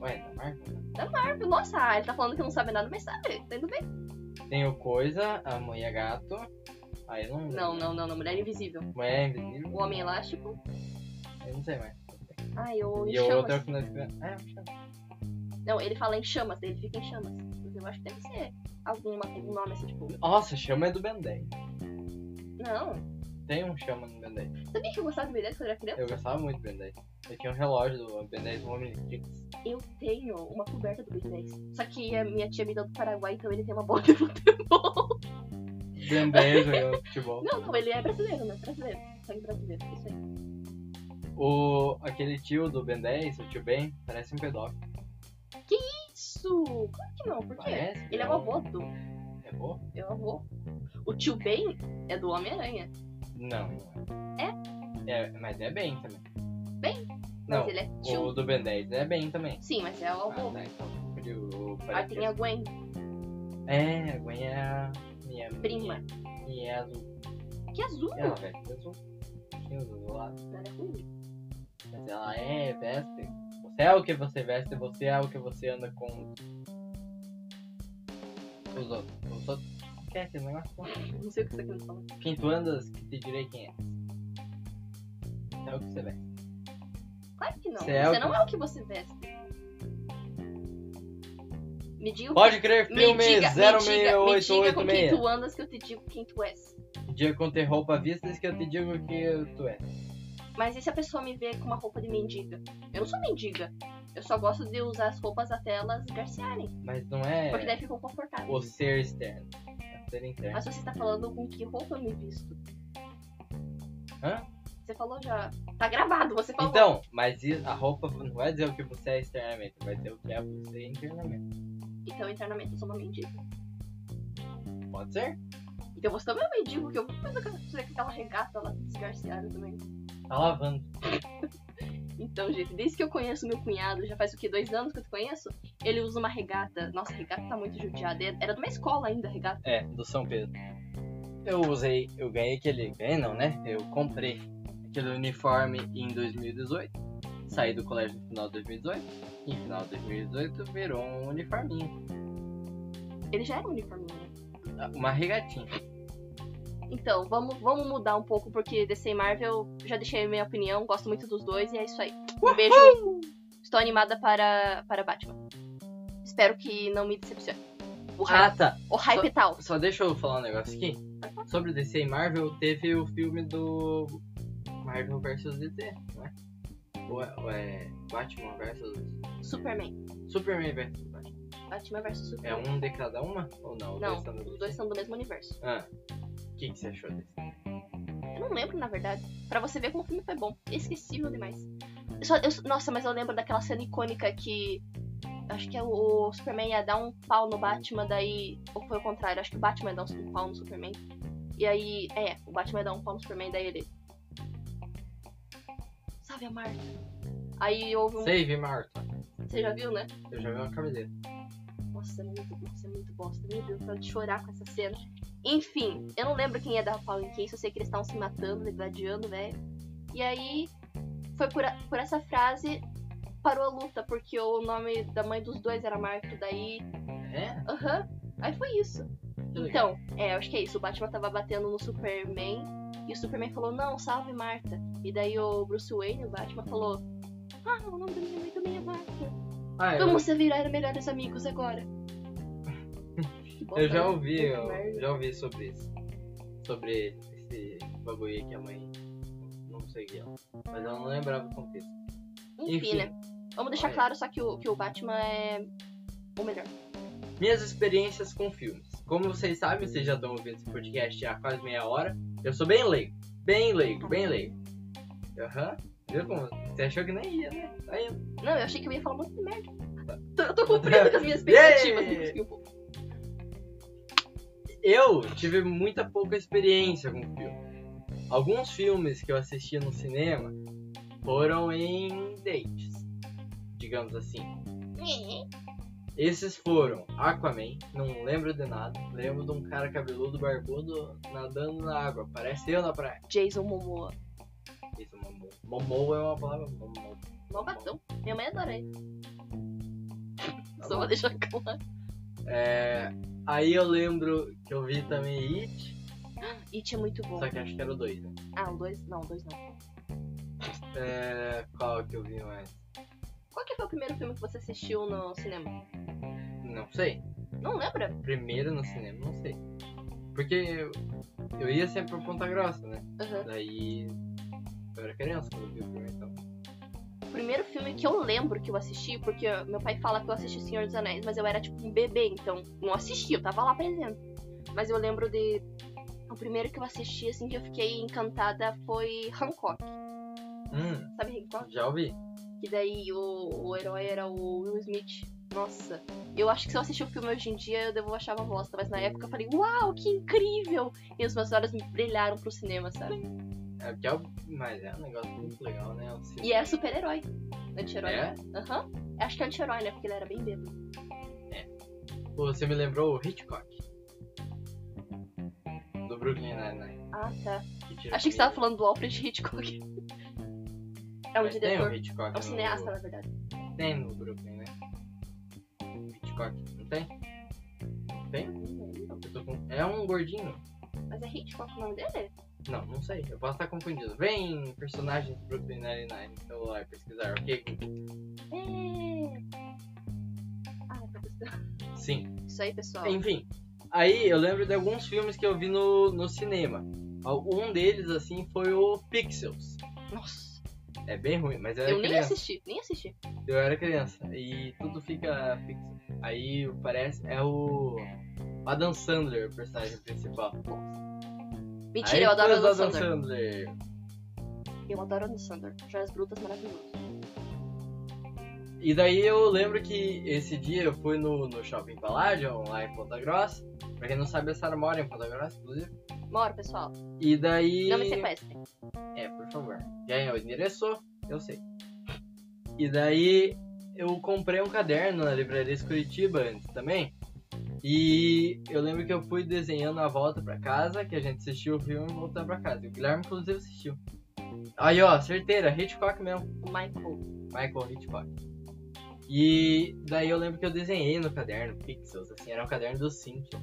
Ué, da Marvel, né?
Marvel. Nossa, ele tá falando que não sabe nada, mas sabe, tá indo bem.
Tem o Coisa, a Mulher Gato. Aí eu não lembro.
Não, não, não, não. Mulher Invisível.
Mulher Invisível.
O Homem Elástico.
é Eu não sei mais.
Ah, eu em
E o outro é o
chamas.
final de Ah, eu chamo.
Não, ele fala em chamas, ele fica em chamas. Mas eu acho que deve ser alguma, algum nome assim, tipo.
Nossa, chama é do Ben 10.
Não.
Tem um chama no Ben 10.
Sabia que eu gostava de Ben 10 quando eu era criança?
Eu gostava muito do Ben 10. Eu tinha um relógio do Ben 10 Omnitrix.
Eu tenho uma coberta do Ben 10. Só que a minha tia me deu do Paraguai, então ele tem uma bola de futebol.
Ben 10 jogando futebol.
Não, não, ele é brasileiro, né? Brasileiro. Sangue brasileiro, isso aí.
O, aquele tio do Ben 10, o tio Ben, parece um pedófilo.
Isso! Claro que não, por quê?
Parece?
Ele é o avô do.
É bom?
É o avô. O tio Ben é do Homem-Aranha.
Não, não é. É? mas é Ben também.
Ben?
Não,
Mas ele é tio.
o do Ben 10 é Ben também.
Sim, mas é o avô.
Ah, tá, então. O, o,
Aí tem a Gwen,
É, a Gwen é a minha
prima.
E é azul.
Que azul! né?
Ela veste azul. Tinha azul do lado.
Ela é ruim.
Mas ela é veste. Você Você é o que você veste, você é o que você anda com os outros. Os outros. Quem é aquele negócio?
Não sei o que você quer falar.
Quem tu andas, que te direi quem é. Você é o que você veste.
Claro que não.
Você
Você,
é o que-
não é o que você veste. Me diga o que
Pode crer,
me
filme
diga, me diga, me diga com quem
06886.
tu andas que eu te digo quem tu és.
Um Dia com ter roupa à vista, diz que eu te digo que tu é.
Mas e se a pessoa me vê com uma roupa de mendiga? Eu não sou mendiga. Eu só gosto de usar as roupas até elas garcearem.
Mas não
Porque
é
daí ficam confortáveis.
o ser externo. É o ser interno.
Mas você tá falando com que roupa eu me visto?
Hã?
Você falou já. Tá gravado, você falou.
Então, mas i- a roupa não vai dizer o que você é externamente, vai dizer o que é você internamente.
Então, internamente, eu sou uma mendiga.
Pode ser?
Então você também é um mendigo, que eu vou fazer com aquela regata lá desgarciada também.
Tá lavando.
Então, gente, desde que eu conheço meu cunhado, já faz o que, dois anos que eu te conheço? Ele usa uma regata. Nossa, a regata tá muito judiada. É- Era de uma escola ainda, a regata.
É, do São Pedro. Eu usei, eu ganhei aquele. Ganhei não, né? Eu comprei aquele uniforme em 2018. Saí do colégio no final de 2018. E no final de 2018 virou um uniforminho.
Ele já era um uniforme. né?
Uma regatinha.
Então, vamos, vamos mudar um pouco, porque DC e Marvel, já deixei minha opinião, gosto muito dos dois, e é isso aí. Um beijo. Estou animada para, para Batman. Espero que não me decepcione. O
Ah
hype,
tá,
o hype é tal.
só deixa eu falar um negócio aqui.
Uhum.
Sobre DC e Marvel, teve o filme do Marvel vs DC, né? Ou é, ou é Batman vs
Superman.
Superman vs Batman.
Batman versus
É
Superman.
um de cada uma? Ou não? Os
Não,
dois são do
Os
DC?
dois são do mesmo universo.
Ah, o que, que você achou desse?
Eu não lembro, na verdade. Pra você ver como o filme foi bom. Esquecível demais. Só- eu- nossa, mas eu lembro daquela cena icônica que. Acho que é o, o Superman ia dar um pau no Batman, daí. Ou foi o contrário, acho que o Batman ia dar um pau no Superman. E aí. É, o Batman ia dar um pau no Superman, daí ele. Salve a Marta. Aí houve um.
Save Marta.
Você já viu, né?
Eu já vi uma camiseta.
Nossa, é muito, nossa, é muito bosta. Meu Deus, eu quero chorar com essa cena. Enfim, eu não lembro quem ia dar pau em quem, só sei que eles estavam se matando, degladiando, velho. E aí, foi por, a- por essa frase, parou a luta, porque o nome da mãe dos dois era Marco, daí.
É?
Aham. Aí foi isso.
Que legal.
Então, é, eu acho que é isso. O Batman tava batendo no Superman e o Superman falou, não, salve Marta. E daí o Bruce Wayne, o Batman, falou. Ah, o nome da minha mãe também é Marta.
Ah, eu,
Vamos se virar melhores amigos agora. Que bosta,
eu já
né?
ouvi,
Puta
eu
merda.
já ouvi sobre isso. Sobre esse bagulho aí que a mãe não sei o que é. Mas eu não lembrava o contexto.
Enfim,
Enfim.
né? Vamos deixar
Olha.
claro só que o, que o Batman é. Ou melhor,
Minhas experiências com filmes. Como vocês sabem, vocês já estão ouvindo esse podcast há quase meia hora. Eu sou bem leigo. Bem leigo, bem leigo. Aham. Viu como? Você achou que nem ia, né? Aí,
Não, eu achei que eu ia falar um monte de merda. Tô- Eu tô cumprindo com as minhas expectativas. né?
Yeah!
desculpa.
eu tive muita pouca experiência com filme. Alguns filmes que eu assisti no cinema foram em dates, digamos assim. Esses foram Aquaman, não lembro de nada. Lembro de um cara cabeludo, barbudo, nadando na água. Parece eu na praia.
Jason Momoa.
Isso, Momo. Momo é uma palavra. Momo.
Mó batão. Minha mãe adora ele.
Tá
Só vou deixar claro.
É, aí eu lembro que eu vi também It,
It é muito bom.
só que acho que era o 2, né?
Ah, o dois? Não, o dois não.
É, qual que eu vi mais?
Qual que foi o primeiro filme que você assistiu no cinema?
Não sei.
Não lembra?
primeiro no cinema, não sei. Porque eu, eu ia sempre pra Ponta Grossa, né?
Aham.
Daí eu era criança quando eu vi o primeiro, então.
O primeiro filme que eu lembro que eu assisti, porque meu pai fala que eu assisti Senhor dos Anéis, mas eu era tipo um bebê, então não assisti, eu tava lá presente. Mas eu lembro de. O primeiro que eu assisti, assim, que eu fiquei encantada foi Hancock.
Hum,
Sabe Hancock?
já ouvi.
Que daí o, o herói era o Will Smith. Nossa, eu acho que se eu assistir o filme hoje em dia eu devo achar uma bosta, mas na época eu falei, uau, que incrível! E os meus olhos brilharam pro cinema, sabe?
É, que é o- mas é um negócio muito legal, né? O
E era super-herói. Anti-herói. né?
É?
Aham. Acho que é anti-herói, né? Porque ele era bem bêbado. é
Você me lembrou o Hitchcock. Do Brooklyn Nine-Nine.
Ah, tá.
que tira
Achei
comida.
que você tava falando do Alfred Hitchcock. É um
Mas tem o
diretor.
Hitchcock
É um
no-
cineasta, na verdade.
tem no Brooklyn, né? Hitchcock, não tem? Eu tô com- É um gordinho?
Mas é Hitchcock o nome dele?
Não, não sei. Eu posso estar confundido. Vem personagens do Brooklyn Nine-Nine no celular pesquisar, ok?
É. Ah, tá precisando.
Sim.
Isso aí, pessoal.
Enfim, aí eu lembro de alguns filmes que eu vi no, no cinema. Um deles, assim, foi o Pixels.
Nossa,
É bem ruim, mas eu era
eu nem
criança.
assisti, nem assisti.
Eu era criança. E tudo fica pixel. Aí parece. É o. Adam Sandler, o personagem principal.
Mentira,
Aí
eu adoro
fez
Adam
Adam
Sandler.
Sandler.
Eu adoro Adam Sandler. Joias Brutas maravilhoso.
E daí eu lembro que esse dia eu fui no, no Shopping Palladium, lá em Ponta Grossa. Pra quem não sabe, a Sara mora em Ponta Grossa, inclusive.
Mora, pessoal.
E daí.
Não me sequestrem.
É, por favor. Já é o endereço, eu sei. E daí eu comprei um caderno na livraria Curitiba antes também. E eu lembro que eu fui desenhando a volta pra casa, que a gente assistiu o filme e voltar pra casa. E o Guilherme inclusive assistiu. Aí ó, certeira, Hitchcock mesmo.
O Michael.
Michael Hitchcock. E daí eu lembro que eu desenhei no caderno, pixels, assim, era um caderno do Simpsons.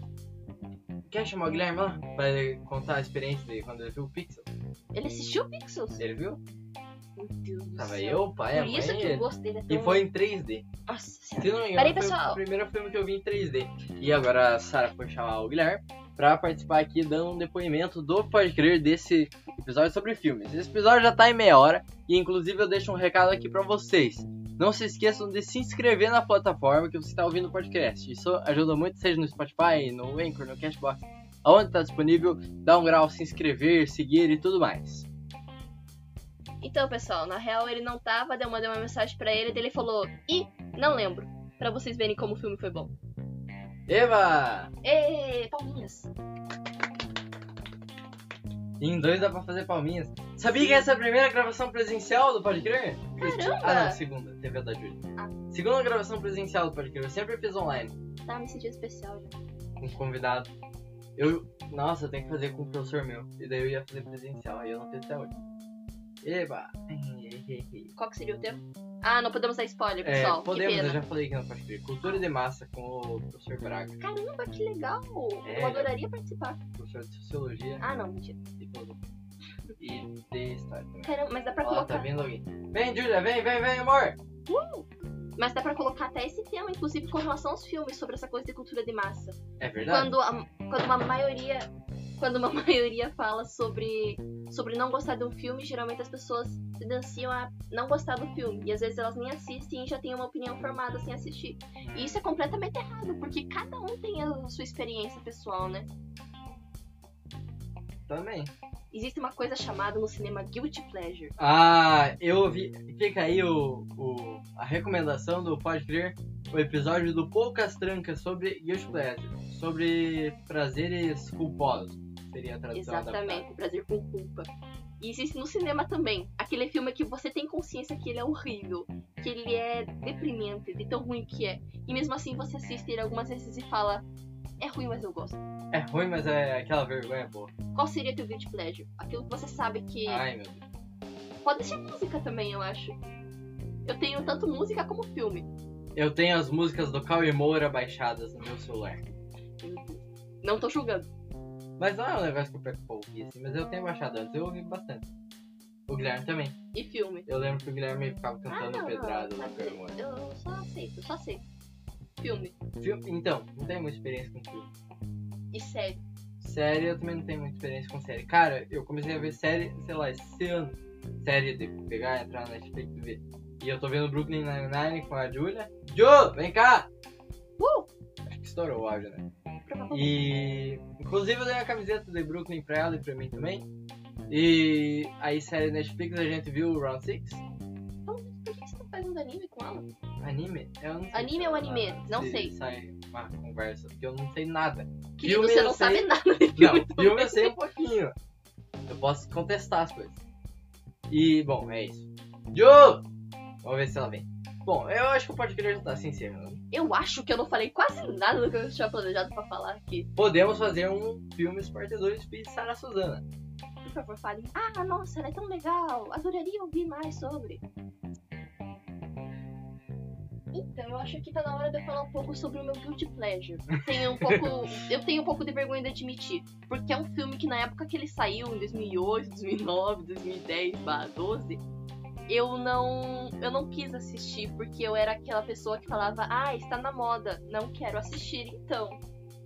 Quer chamar o Guilherme lá? Pra ele contar a experiência dele quando ele viu o Pixel.
Ele assistiu Pixels?
Ele viu?
Meu Deus do
Tava
céu.
eu, o pai, a
Por
mãe.
isso que o gosto dele é tão...
E foi em 3D.
Nossa
Se
senhora.
não me engano,
Peraí,
foi
pessoal.
o primeiro filme que eu vi em 3D. E agora a Sara foi chamar o Guilherme pra participar aqui dando um depoimento do Pode Crer desse episódio sobre filmes. Esse episódio já tá em meia hora e inclusive eu deixo um recado aqui pra vocês. Não se esqueçam de se inscrever na plataforma que você está ouvindo o podcast. Isso ajuda muito, seja no Spotify, no Anchor, no Cashbox, aonde está disponível, dá um grau, se inscrever, seguir e tudo mais.
Então, pessoal, na real ele não tava, daí eu mandei uma mensagem pra ele, daí ele falou, ih, não lembro. Pra vocês verem como o filme foi bom.
Eva!
Ê, palminhas.
Em dois dá pra fazer palminhas. Sabia que essa é a primeira gravação presencial do Pode Crer?
Caramba! Ah.
Ah, não, segunda. Teve a da Júlia. Segunda gravação presencial do Pode Crer. Eu sempre fiz online,
Tá me sentindo especial já.
com convidado. Eu, nossa, eu tenho que fazer com o professor meu. E daí eu ia fazer presencial, aí eu não fiz até hoje. Eba!
Qual que seria o tema? Ah, não podemos dar spoiler,
É,
pessoal.
podemos,
que
eu
pena.
já falei que não pode crer. Cultura de massa com o professor Braga,
Caramba, que legal!
É.
Eu adoraria participar.
professor de sociologia
Ah, não, mentira.
e tudo. E de história também.
Caramba, mas dá pra
Ó,
colocar.
tá vindo alguém. Vem, Júlia, vem, vem, vem, amor!
Mas dá pra colocar até esse tema, inclusive com relação aos filmes, sobre essa coisa de cultura de massa.
É verdade?
Quando, a- quando uma maioria. Quando uma maioria fala sobre, sobre não gostar de um filme, geralmente as pessoas tendenciam a não gostar do filme. E às vezes elas nem assistem e já têm uma opinião formada sem assistir. E isso é completamente errado, porque cada um tem a sua experiência pessoal, né?
Também.
Existe uma coisa chamada no cinema guilty pleasure.
Ah, eu ouvi. Fica aí o, o- a recomendação do Pode Crer, o episódio do Poucas Trancas sobre Guilty Pleasure, sobre prazeres culposos. Seria a tradução
Exatamente, prazer com culpa. E existe no cinema também. Aquele filme que você tem consciência que ele é horrível, que ele é deprimente, de tão ruim que é. E mesmo assim você assiste ele algumas vezes e fala: É ruim, mas eu gosto.
adaptada. É ruim, mas é aquela vergonha boa.
Qual seria teu guilty pleasure? Aquilo que você sabe que.
Ai, meu Deus.
Pode ser música também, eu acho. Eu tenho tanto música como filme.
Eu tenho as músicas do Cauê Moura baixadas no meu celular.
Não tô julgando.
Mas não é um negócio que eu pego pra ouvir, assim, mas eu tenho baixado antes, eu ouvi bastante. O Guilherme também.
E filme.
Eu lembro que o Guilherme ficava
Ah,
cantando
não,
pedrada
não,
no Cauê Moura.
Eu só aceito, só aceito. Filme
Filme- Então, não tenho muita experiência com filme.
e série.
Série, eu também não tenho muita experiência com série. Cara, eu comecei a ver série, sei lá, esse ano. Série de pegar, entrar na Netflix e ver. E eu tô vendo Brooklyn Nine-Nine com a Julia. Ju, vem cá!
Uh!
Acho que estourou o áudio, né?
Provavelmente.
E. Inclusive, eu dei a camiseta de Brooklyn pra ela e pra mim também. E. Aí, série Netflix, a gente viu o Round 6.
Por que você não faz um anime com ela?
Anime? Eu não sei. se
Anime ou
ela-
anime? Não
se
sei.
Sai uma conversa, porque eu não sei nada.
Querido,
Filme
você
eu
não
sei.
sabe nada.
Não, filme eu sei um pouquinho. Eu posso contestar as coisas. E, bom, é isso. Jo! Vamos ver se ela vem. Bom, eu acho que o podcast já tá se encerrando.
Eu acho que eu não falei quase nada do que eu tinha planejado pra falar aqui.
Podemos fazer um Filmes Parte 2 Speed Sara Suzana.
Por favor, falem. Ah, nossa, ela é tão legal. Adoraria ouvir mais sobre. Então eu acho que tá na hora de eu falar um pouco sobre o meu guilty pleasure. Tenho um pouco, eu tenho um pouco de vergonha de admitir, porque é um filme que na época que ele saiu, em 2008, 2009, 2010, barra 12, eu não, eu não quis assistir porque eu era aquela pessoa que falava: "Ah, está na moda, não quero assistir então".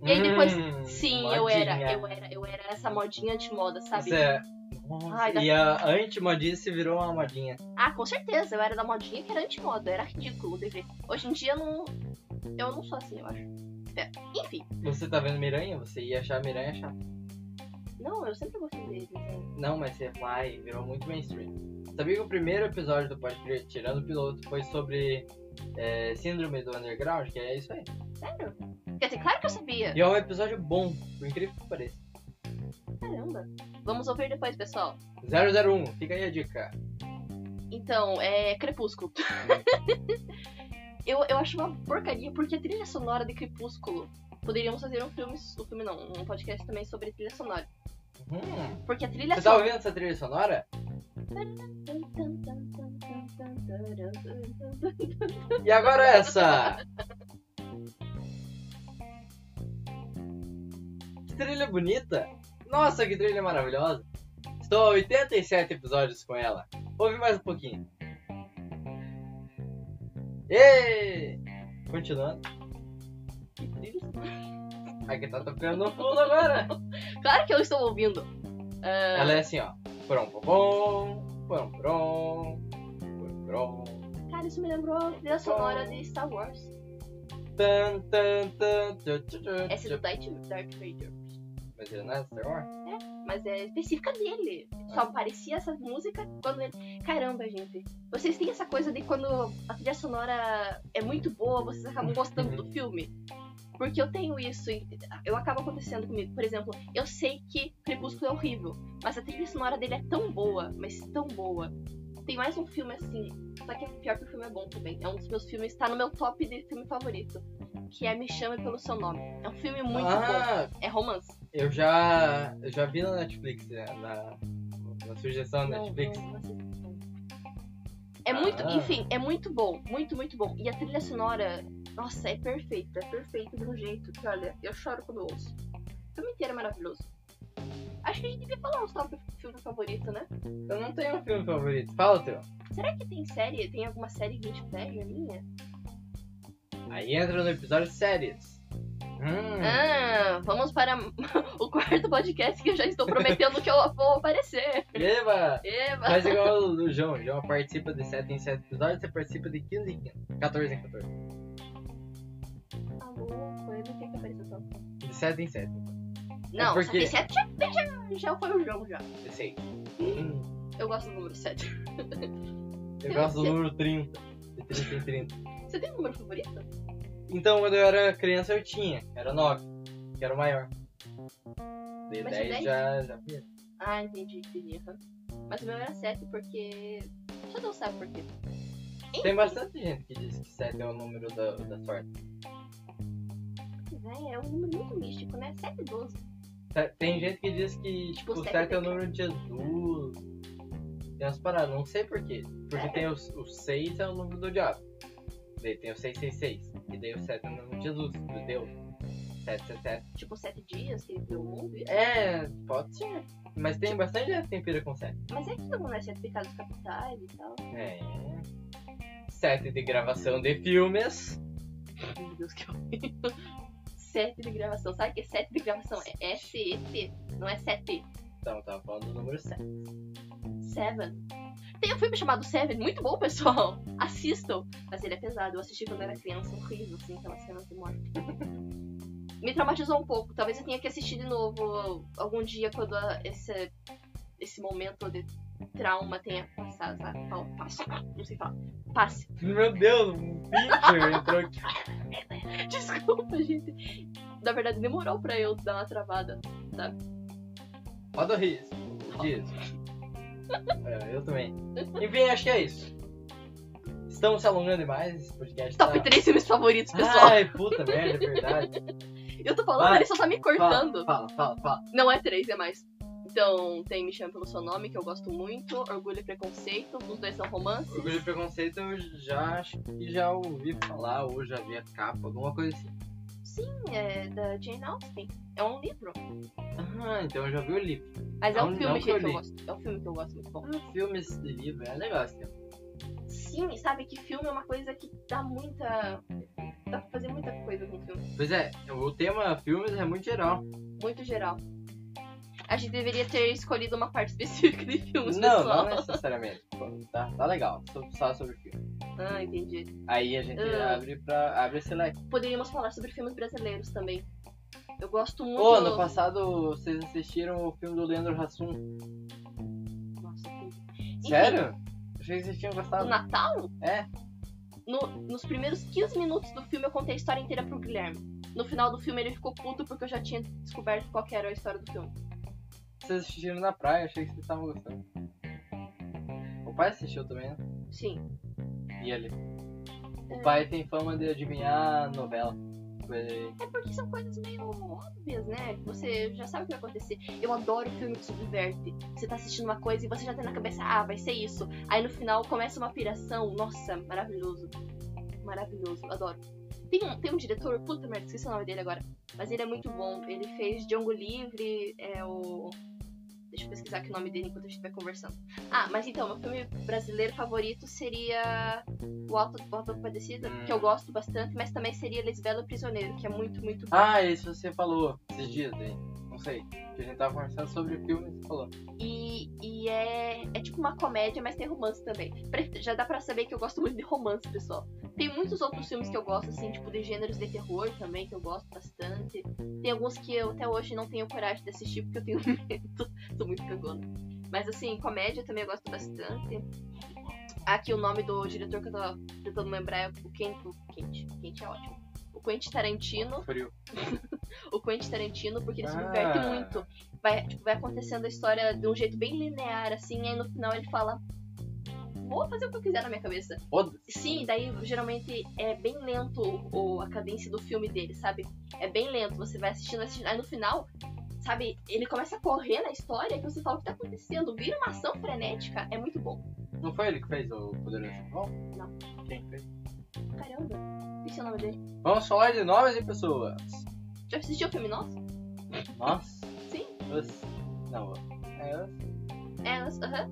E aí depois,
Hum,
sim,
modinha.
eu era, eu era, eu era essa modinha de moda, sabe?
Isso é- Nossa,
Ai, dá-
e a anti-modinha se virou uma modinha.
Ah, com certeza, eu era da modinha que era anti-moda, era ridículo de ver. Hoje em dia eu não. Eu não sou assim, eu acho. É, enfim,
Você tá vendo Miranha? Você ia achar Miranha chata.
não, eu sempre gostei deles. né?
Não, mas você vai, virou muito mainstream. Sabia que o primeiro episódio do podcast Tirando o Piloto foi sobre é, Síndrome do Underground, que é isso aí.
Sério? Quer dizer, claro que eu sabia.
E é um episódio bom, por incrível que pareça.
Caramba. Vamos ouvir depois, pessoal.
001, fica aí a dica.
Então, é. Crepúsculo. eu, eu acho uma porcaria, porque a trilha sonora de Crepúsculo. Poderíamos fazer um filme. Um filme não, um podcast também sobre trilha sonora.
Hum,
Porque a trilha
Você tá ouvindo essa trilha sonora?
sonora.
E agora essa? Que trilha bonita! Nossa, que trilha maravilhosa! Estou a 87 episódios com ela. Ouve mais um pouquinho. E Continuando.
Que trilha sonora.
A que tá tocando no fundo agora.
Claro que eu estou ouvindo. Ah,
Ela é assim, ó. Porom, porom, porom, porom, porom, porom.
Cara, isso me lembrou a trilha sonora de Star Wars.
Tan, tan, tan, tchu, tchu, tchu,
Essa é do
tchu.
Darth, Darth Vader.
Mas ele não é Star Wars?
Mas é específica dele. Só aparecia essa música quando ele. Caramba, gente. Vocês têm essa coisa de quando a trilha sonora é muito boa, vocês acabam gostando do filme. Porque eu tenho isso e eu acabo acontecendo comigo. Por exemplo, eu sei que Crepúsculo é horrível, mas a trilha sonora dele é tão boa, mas tão boa. Tem mais um filme assim, só que é pior que o filme é bom também. É um dos meus filmes, tá no meu top de filme favorito, que é Me Chame Pelo Seu Nome. É um filme muito bom,
ah,
é romance.
Eu já, eu já vi na Netflix, né, na, na sugestão da
Não,
Netflix.
não, não assisti, não. É muito,
Ah.
enfim, é muito bom, muito, muito bom. E a trilha sonora, nossa, é perfeita, é perfeita de um jeito que, olha, eu choro quando eu ouço. O filme inteiro é maravilhoso. Acho que a gente devia falar o top filme favorito, né?
Eu não tenho um filme favorito. Fala o teu.
Será que tem série? Tem alguma série Guilty Pleasure minha?
Aí entra no episódio séries. Hum,
Ah, vamos para o quarto podcast que eu já estou prometendo que eu vou aparecer.
Eba!
Eba!
Faz igual o João. O João participa de 7 em 7 episódios, você participa de 15 em 15. 14 em 14.
Tá louco, eu não tenho que aparecer só.
De 7 em 7.
Não,
É porque-
77 já, já, já foi o jogo já.
Eu sei. Hum,
Eu gosto do número 7.
eu gosto do número 30. De 30 em 30.
Você tem um número favorito?
Então, quando eu era criança, eu tinha. Era 9. Que era o maior. De
Mas o
10
10?
já, já fui.
Ah, entendi, entendi. aham. Mas o meu era 7 porque. Só Deus sabe por quê.
Tem bastante gente que diz que 7 é o número da, da sorte.
Véi, é um número muito místico, né? 7 e 12.
Te- Tem gente que diz que tipo,
Tipo, sete
7 é o
tem-
número de Jesus. Tem umas paradas, não sei porquê. Porque tem os- o 6 é o número do diabo. Daí tem o 666. E daí o 7 é o número de Jesus, de Deus. 777.
Tipo, 7 dias que ele viu o mundo. e-
É, pode ser. Mas tem bastante gente que tem pira com 7.
Mas é aquilo, né? 7 pecados capitais e tal.
É. 7 de gravação de filmes.
Meu Deus, que horrível. 7 de gravação. Sabe o que é 7 de gravação? É S-E-T. Não é 7.
Então, eu tava falando do número 7.
7. Tem um filme chamado Seven, muito bom, pessoal. Assistam. Mas ele é pesado. Eu assisti quando era criança, horrível, assim, aquelas cenas de morte. Me traumatizou um pouco. Talvez eu tenha que assistir de novo algum dia quando a- esse, esse momento de trauma tenha passado, sabe? Fala, passo, não sei falar. Passe.
Meu Deus, um pitcher entrou aqui.
Desculpa, gente. Na verdade, demorou pra eu dar uma travada.
Roda o risco. Diz. É, eu também. Enfim, acho que é isso. Estamos se alongando demais. Esse podcast
Top
tá...
3 filmes favoritos, pessoal.
Ai, puta merda, é verdade.
Eu tô falando,
Ah, Vai,
ele só tá me cortando.
Fala, fala, fala.
Não é 3, é mais. Então tem Me Chame Pelo Seu Nome, que eu gosto muito, Orgulho e Preconceito, os dois são romance.
Orgulho e Preconceito eu já acho que já ouvi falar, ou já vi a capa, alguma coisa assim.
Sim, é da Jane Austen. É um livro.
Ah, então eu já vi o livro.
Mas é
Não-
um
não
filme,
que eu
gente, que eu
li.
gosto. É um filme que eu gosto muito bom.
Ah, filme esse livro, é legal esse tempo.
Hum, Sim, sabe que filme é uma coisa que dá muita. Dá pra fazer muita coisa com filme.
Pois é, o tema filmes é muito geral.
Muito geral. A gente deveria ter escolhido uma parte específica de filmes,
não,
pessoal.
não é assim. necessariamente. Pô, Tá, tá legal, só, só sobre filme.
Ah, entendi.
Aí a gente
Ah.
abre pra. abre esse leque.
Poderíamos falar sobre filmes brasileiros também. Eu gosto muito.
Ô, ano passado vocês assistiram o filme do Leandro Hassum.
Nossa, que- Enfim,
Sério? Achei que vocês tinham
Do
gostado.
Natal?
É.
No- nos primeiros 15 minutos do filme eu contei a história inteira pro Guilherme. No final do filme ele ficou puto porque eu já tinha descoberto qual que era a história do filme.
Vocês assistiram na praia, achei que vocês estavam gostando. O pai assistiu também, né?
Sim.
E ele? O
É.
pai tem fama de adivinhar novela. Ele-
É porque são coisas meio óbvias, né? Você já sabe o que vai acontecer. Eu adoro filme que subverte. Você tá assistindo uma coisa e você já tem na cabeça, ah, vai ser isso. Aí no final começa uma piração. Nossa, maravilhoso. Maravilhoso, adoro. Tem um, tem um diretor, puta merda, esqueci o nome dele agora. Mas ele é muito bom. Ele fez Django Livre, é o. Deixa eu pesquisar aqui o nome dele enquanto a gente vai conversando. Ah, mas então, meu filme brasileiro favorito seria O Alto do Alto da Compadecida,
Hum.
que é eu gosto bastante, mas também seria Lisbela e o Prisioneiro, que é muito, muito bom.
Ah, isso você falou esses dias aí. Não sei. Que a gente tava conversando sobre filme e você falou.
E, e é, é tipo uma comédia, mas tem romance também. Pre- Já dá pra saber que eu gosto muito de romance, pessoal. Tem muitos outros filmes que eu gosto, assim, tipo de gêneros de terror também, que eu gosto bastante. Tem alguns que eu até hoje não tenho coragem de assistir porque eu tenho medo. Tô muito cagona. Mas assim, comédia também eu gosto bastante. Aqui o nome do diretor que eu tô tentando lembrar é o Quente. O Quente. Quente é ótimo. O Quentin Tarantino
Frio.
o Quentin Tarantino, porque ele se
Ah.
diverte muito. Vai, tipo, vai acontecendo a história de um jeito bem linear, assim, e aí no final ele fala. Vou fazer o que eu quiser na minha cabeça.
Foda-se.
Sim, daí geralmente é bem lento o, o- a cadência do filme dele, sabe? É bem lento, você vai assistindo, assistindo. Aí no final, sabe, ele começa a correr na história que você fala o que tá acontecendo. Vira uma ação frenética, é muito bom.
Não foi ele que fez o Poderoso Chefão? Quem fez?
Caramba, esse é o nome dele.
Vamos falar de nomes e pessoas.
Já assistiu o filme nosso?
Nós?
Sim.
Os... Não, é eu.
É, aham.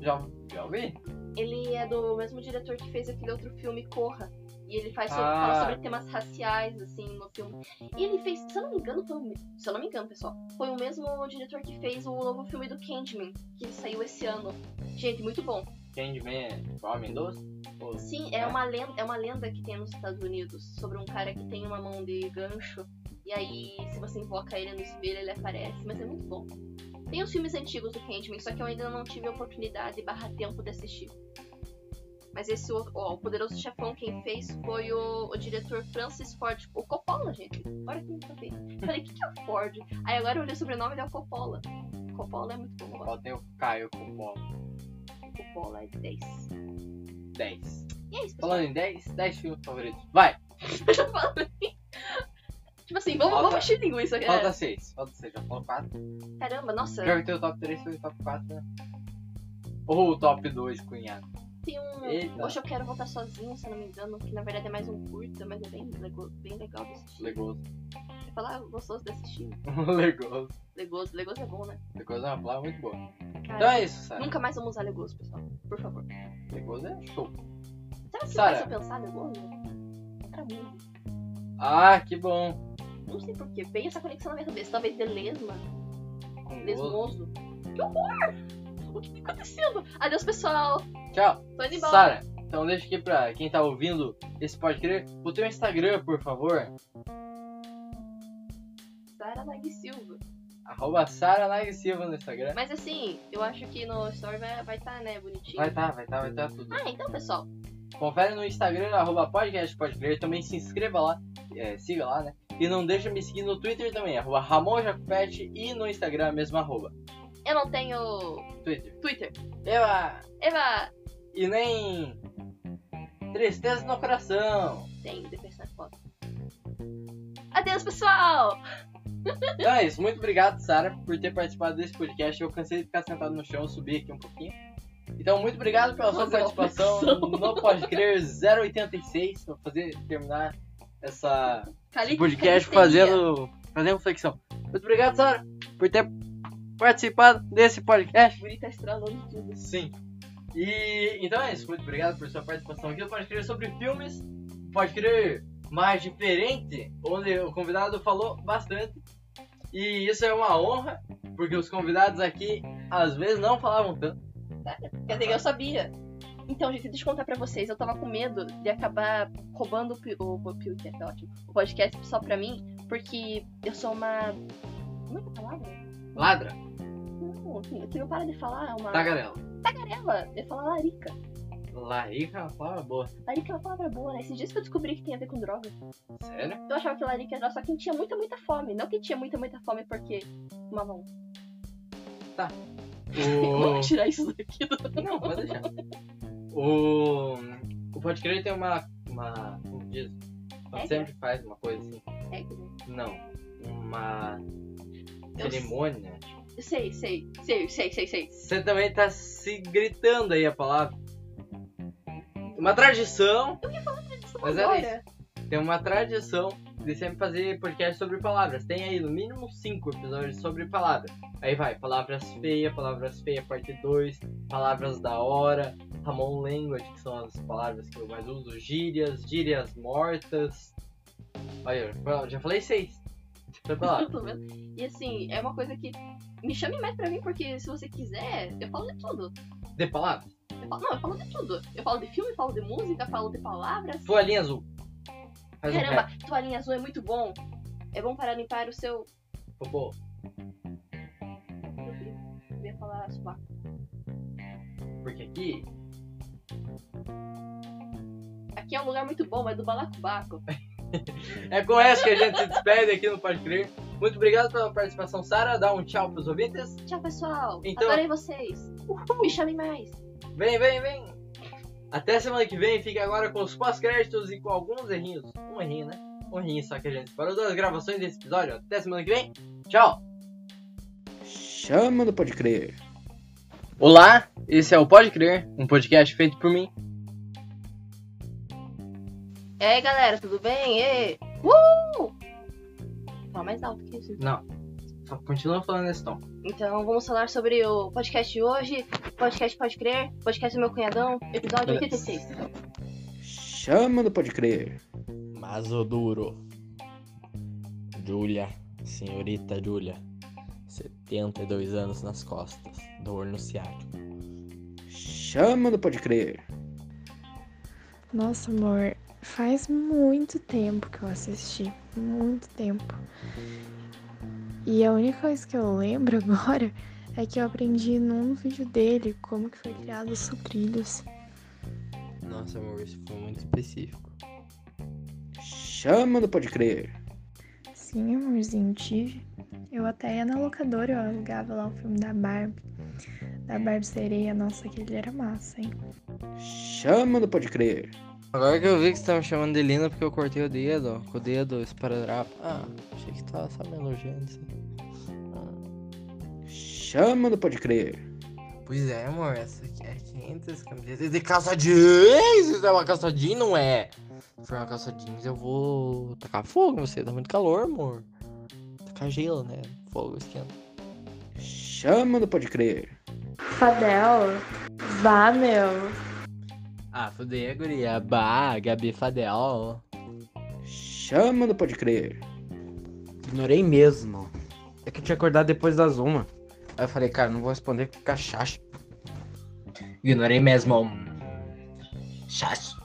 Já, já ouvi?
Ele é do mesmo diretor que fez aquele outro filme Corra. E ele faz sobre,
Ah.
fala sobre temas raciais, assim, no filme. E ele fez, se eu não me engano, foi o, me- se eu não me engano, pessoal, foi o mesmo diretor que fez o novo filme do Candyman, que saiu esse ano. Gente, muito bom.
Candyman é tipo Homem Doce? Ou- né?
Sim, é uma lenda, é uma lenda que tem nos Estados Unidos sobre um cara que tem uma mão de gancho. E aí, se você invoca ele no espelho, ele aparece. Mas é muito bom. Tem os filmes antigos do Candyman, só que eu ainda não tive a oportunidade barra tempo de assistir. Mas esse outro, ó, o Poderoso Chefão, quem fez foi o, o diretor Francis Ford. O Coppola, gente. Olha que nunca fez. Falei, o que, que é o Ford? Aí agora eu olhei o sobrenome dele é o Coppola. Coppola é muito bom. eu gosto
Só tem o Caio com bola.
do Coppola é 10.
10.
E é isso, pessoal.
Falando em 10, 10 filmes favoritos. Vai!
Eu já falei. Tipo assim, vamos,
Falta-
vamos mexer linguiça, galera.
Falta 6. Falta 6, já falou 4.
Caramba, nossa,
Já que tem o top 3, foi o top 4, né? Ou o top 2, cunhado.
tem um.
Eita.
Hoje eu quero voltar sozinho, se eu não me engano, que na verdade é mais um curta, mas é bem, lego- bem legal de assistir.
Legoso.
Quer falar gostoso de assistir?
Legoso.
Legoso, legoso é bom, né?
Legoso é uma palavra muito boa.
Cara,
Então é isso, Sara.
Nunca mais vamos usar legoso, pessoal. Por favor.
Legoso é show.
Será que
Sara.
vai só pensar legoso? Pra mim.
Ah, que bom.
Não sei porquê. Vem essa conexão na minha cabeça. Talvez de lesma,
Com gozo.
lesmoso. Que horror! O que tá acontecendo? Adeus, pessoal.
Tchau.
Tô indo embora.
Sara, então deixa aqui pra quem tá ouvindo esse pode crer. O teu Instagram, por favor.
Sara Nag Silva.
Arroba Sara Nag Silva no Instagram.
Mas assim, eu acho que no story vai estar, vai tá, né, bonitinho.
Vai tá, vai tá, vai tá tudo.
Ah, então, pessoal.
Confere no Instagram, arroba podcast pode crer. Também se inscreva lá. é, siga lá, né? E não deixa me seguir no Twitter também, arroba Ramon Jacopete e no Instagram a mesma arroba.
Eu não tenho
Twitter.
Twitter.
Eva!
Eva,
E nem. Tristeza no coração.
tem depressão foto. Adeus, pessoal!
Então é isso. Muito obrigado, Sara, por ter participado desse podcast. Eu cansei de ficar sentado no chão, subi aqui um pouquinho. Então, muito obrigado pela sua
Fazer uma
participação
flexão.
no Pode Crer 086. Vou fazer terminar essa
Cali-
podcast
calistenia.
fazendo, fazendo flexão. Muito obrigado, Sara, por ter participado desse podcast.
Bonita estralando tudo.
Sim. E então é isso. Muito obrigado por sua participação aqui. Pode crer sobre filmes. Pode crer mais diferente, onde o convidado falou bastante. E isso é uma honra, porque os convidados aqui às vezes não falavam tanto.
Quer dizer, eu sabia. Então, gente, deixa eu contar pra vocês. Eu tava com medo de acabar roubando o, pi- o, o, Piuí, é ótimo, o podcast só pra mim, porque eu sou uma. Como é que é a palavra?
Ladra,
Não, assim, que não para de falar uma.
tagarela.
Tagarela. Eu falo larica.
Larica é uma palavra boa.
Larica é uma palavra boa, né? Esses dias que eu descobri que tem a ver com droga.
Sério?
Eu achava que larica era só quem tinha muita, muita fome. Não quem tinha muita, muita fome porque fumava um. Vamos
O...
tirar isso daqui do.
Não, pode deixar. O, o Pode Crer tem uma. uma... Como diz?
Regra?
Sempre faz uma coisa assim.
É, quer dizer,
Não. Uma
Eu-
cerimônia.
sei, sei, sei, sei, sei, sei.
Você também tá se gritando aí a palavra. Uma tradição. Mas era
Agora,
Tem uma tradição de sempre fazer podcast sobre palavras. Tem aí no mínimo cinco episódios sobre palavras. Aí vai, palavras feias, palavras feias, parte 2, palavras da hora, Ramon Language, que são as palavras que eu mais uso, gírias, gírias mortas. Olha, eu já falei seis. Foi palavra.
Pelo menos. E assim, é uma coisa que. Me chame mais pra mim, porque se você quiser, eu falo de tudo.
De palavras.
Eu falo- não, eu falo de tudo. Eu falo de filme, falo de música, falo de palavras.
Tua linha azul. Faz um
Caramba,
rap,
toalhinha azul é muito bom. É bom para limpar o seu.
popô.
Meu Deus, eu ia falar subaco.
Porque aqui
Aqui é um lugar muito bom, é do balacobaco.
é com essa que a gente se despede aqui no Pode Crer. Muito obrigado pela participação, Sara. Dá um tchau pros ouvintes.
Tchau, pessoal.
Então-
Adorei vocês. Me chame mais.
Vem, vem, vem. Até semana que vem. Fica agora com os pós-créditos e com alguns errinhos. Um errinho, né? Um errinho só que a gente parou das gravações desse episódio. Até semana que vem. Tchau.
Chama do Pode Crer.
Olá, esse é o Pode Crer, um podcast feito por mim.
E aí, É, galera, tudo bem? E... Uh! Tá mais alto que isso.
Não, só continua falando nesse tom.
Então, vamos falar sobre o podcast de hoje, podcast Pode Crer, podcast do meu cunhadão, episódio 86.
Chama do Pode Crer.
Mas o duro. Julia, senhorita Julia, 72 anos nas costas, dor no ciático.
Chama do Pode Crer.
Nossa, amor, faz muito tempo que eu assisti, muito tempo. E a única coisa que eu lembro agora é que eu aprendi num vídeo dele como que foi criado os sucrilhos.
Nossa, amor, isso foi muito específico.
Chama do Pode Crer.
Sim, amorzinho, tive. Eu até ia na locadora, eu alugava lá o filme da Barbie, da Barbie Sereia. Nossa, aquele era massa, hein?
Chama do Pode Crer.
Agora que eu vi que você tá me chamando de linda porque eu cortei o dedo, ó, com o dedo, esparadrapo. Ah, achei que tava só me elogiando, assim.
Chama do Pode Crer.
Pois é, amor, essa aqui é 500 camisetas de calça jeans. Isso é uma calça jeans, não é? Se for uma calça jeans, eu vou tacar fogo em você. Tá muito calor, amor. Tacar gelo, né? Fogo esquenta.
Chama do Pode Crer.
Fadel, vá, meu.
Ah, fudei, guria. Bah, Gabi Fadel.
Chama do Pode Crer.
Ignorei mesmo. É que eu tinha acordado depois das uma. Aí eu falei, cara, não vou responder porque cachaça.
Ignorei mesmo. Chacho.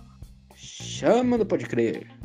Chama do Pode Crer.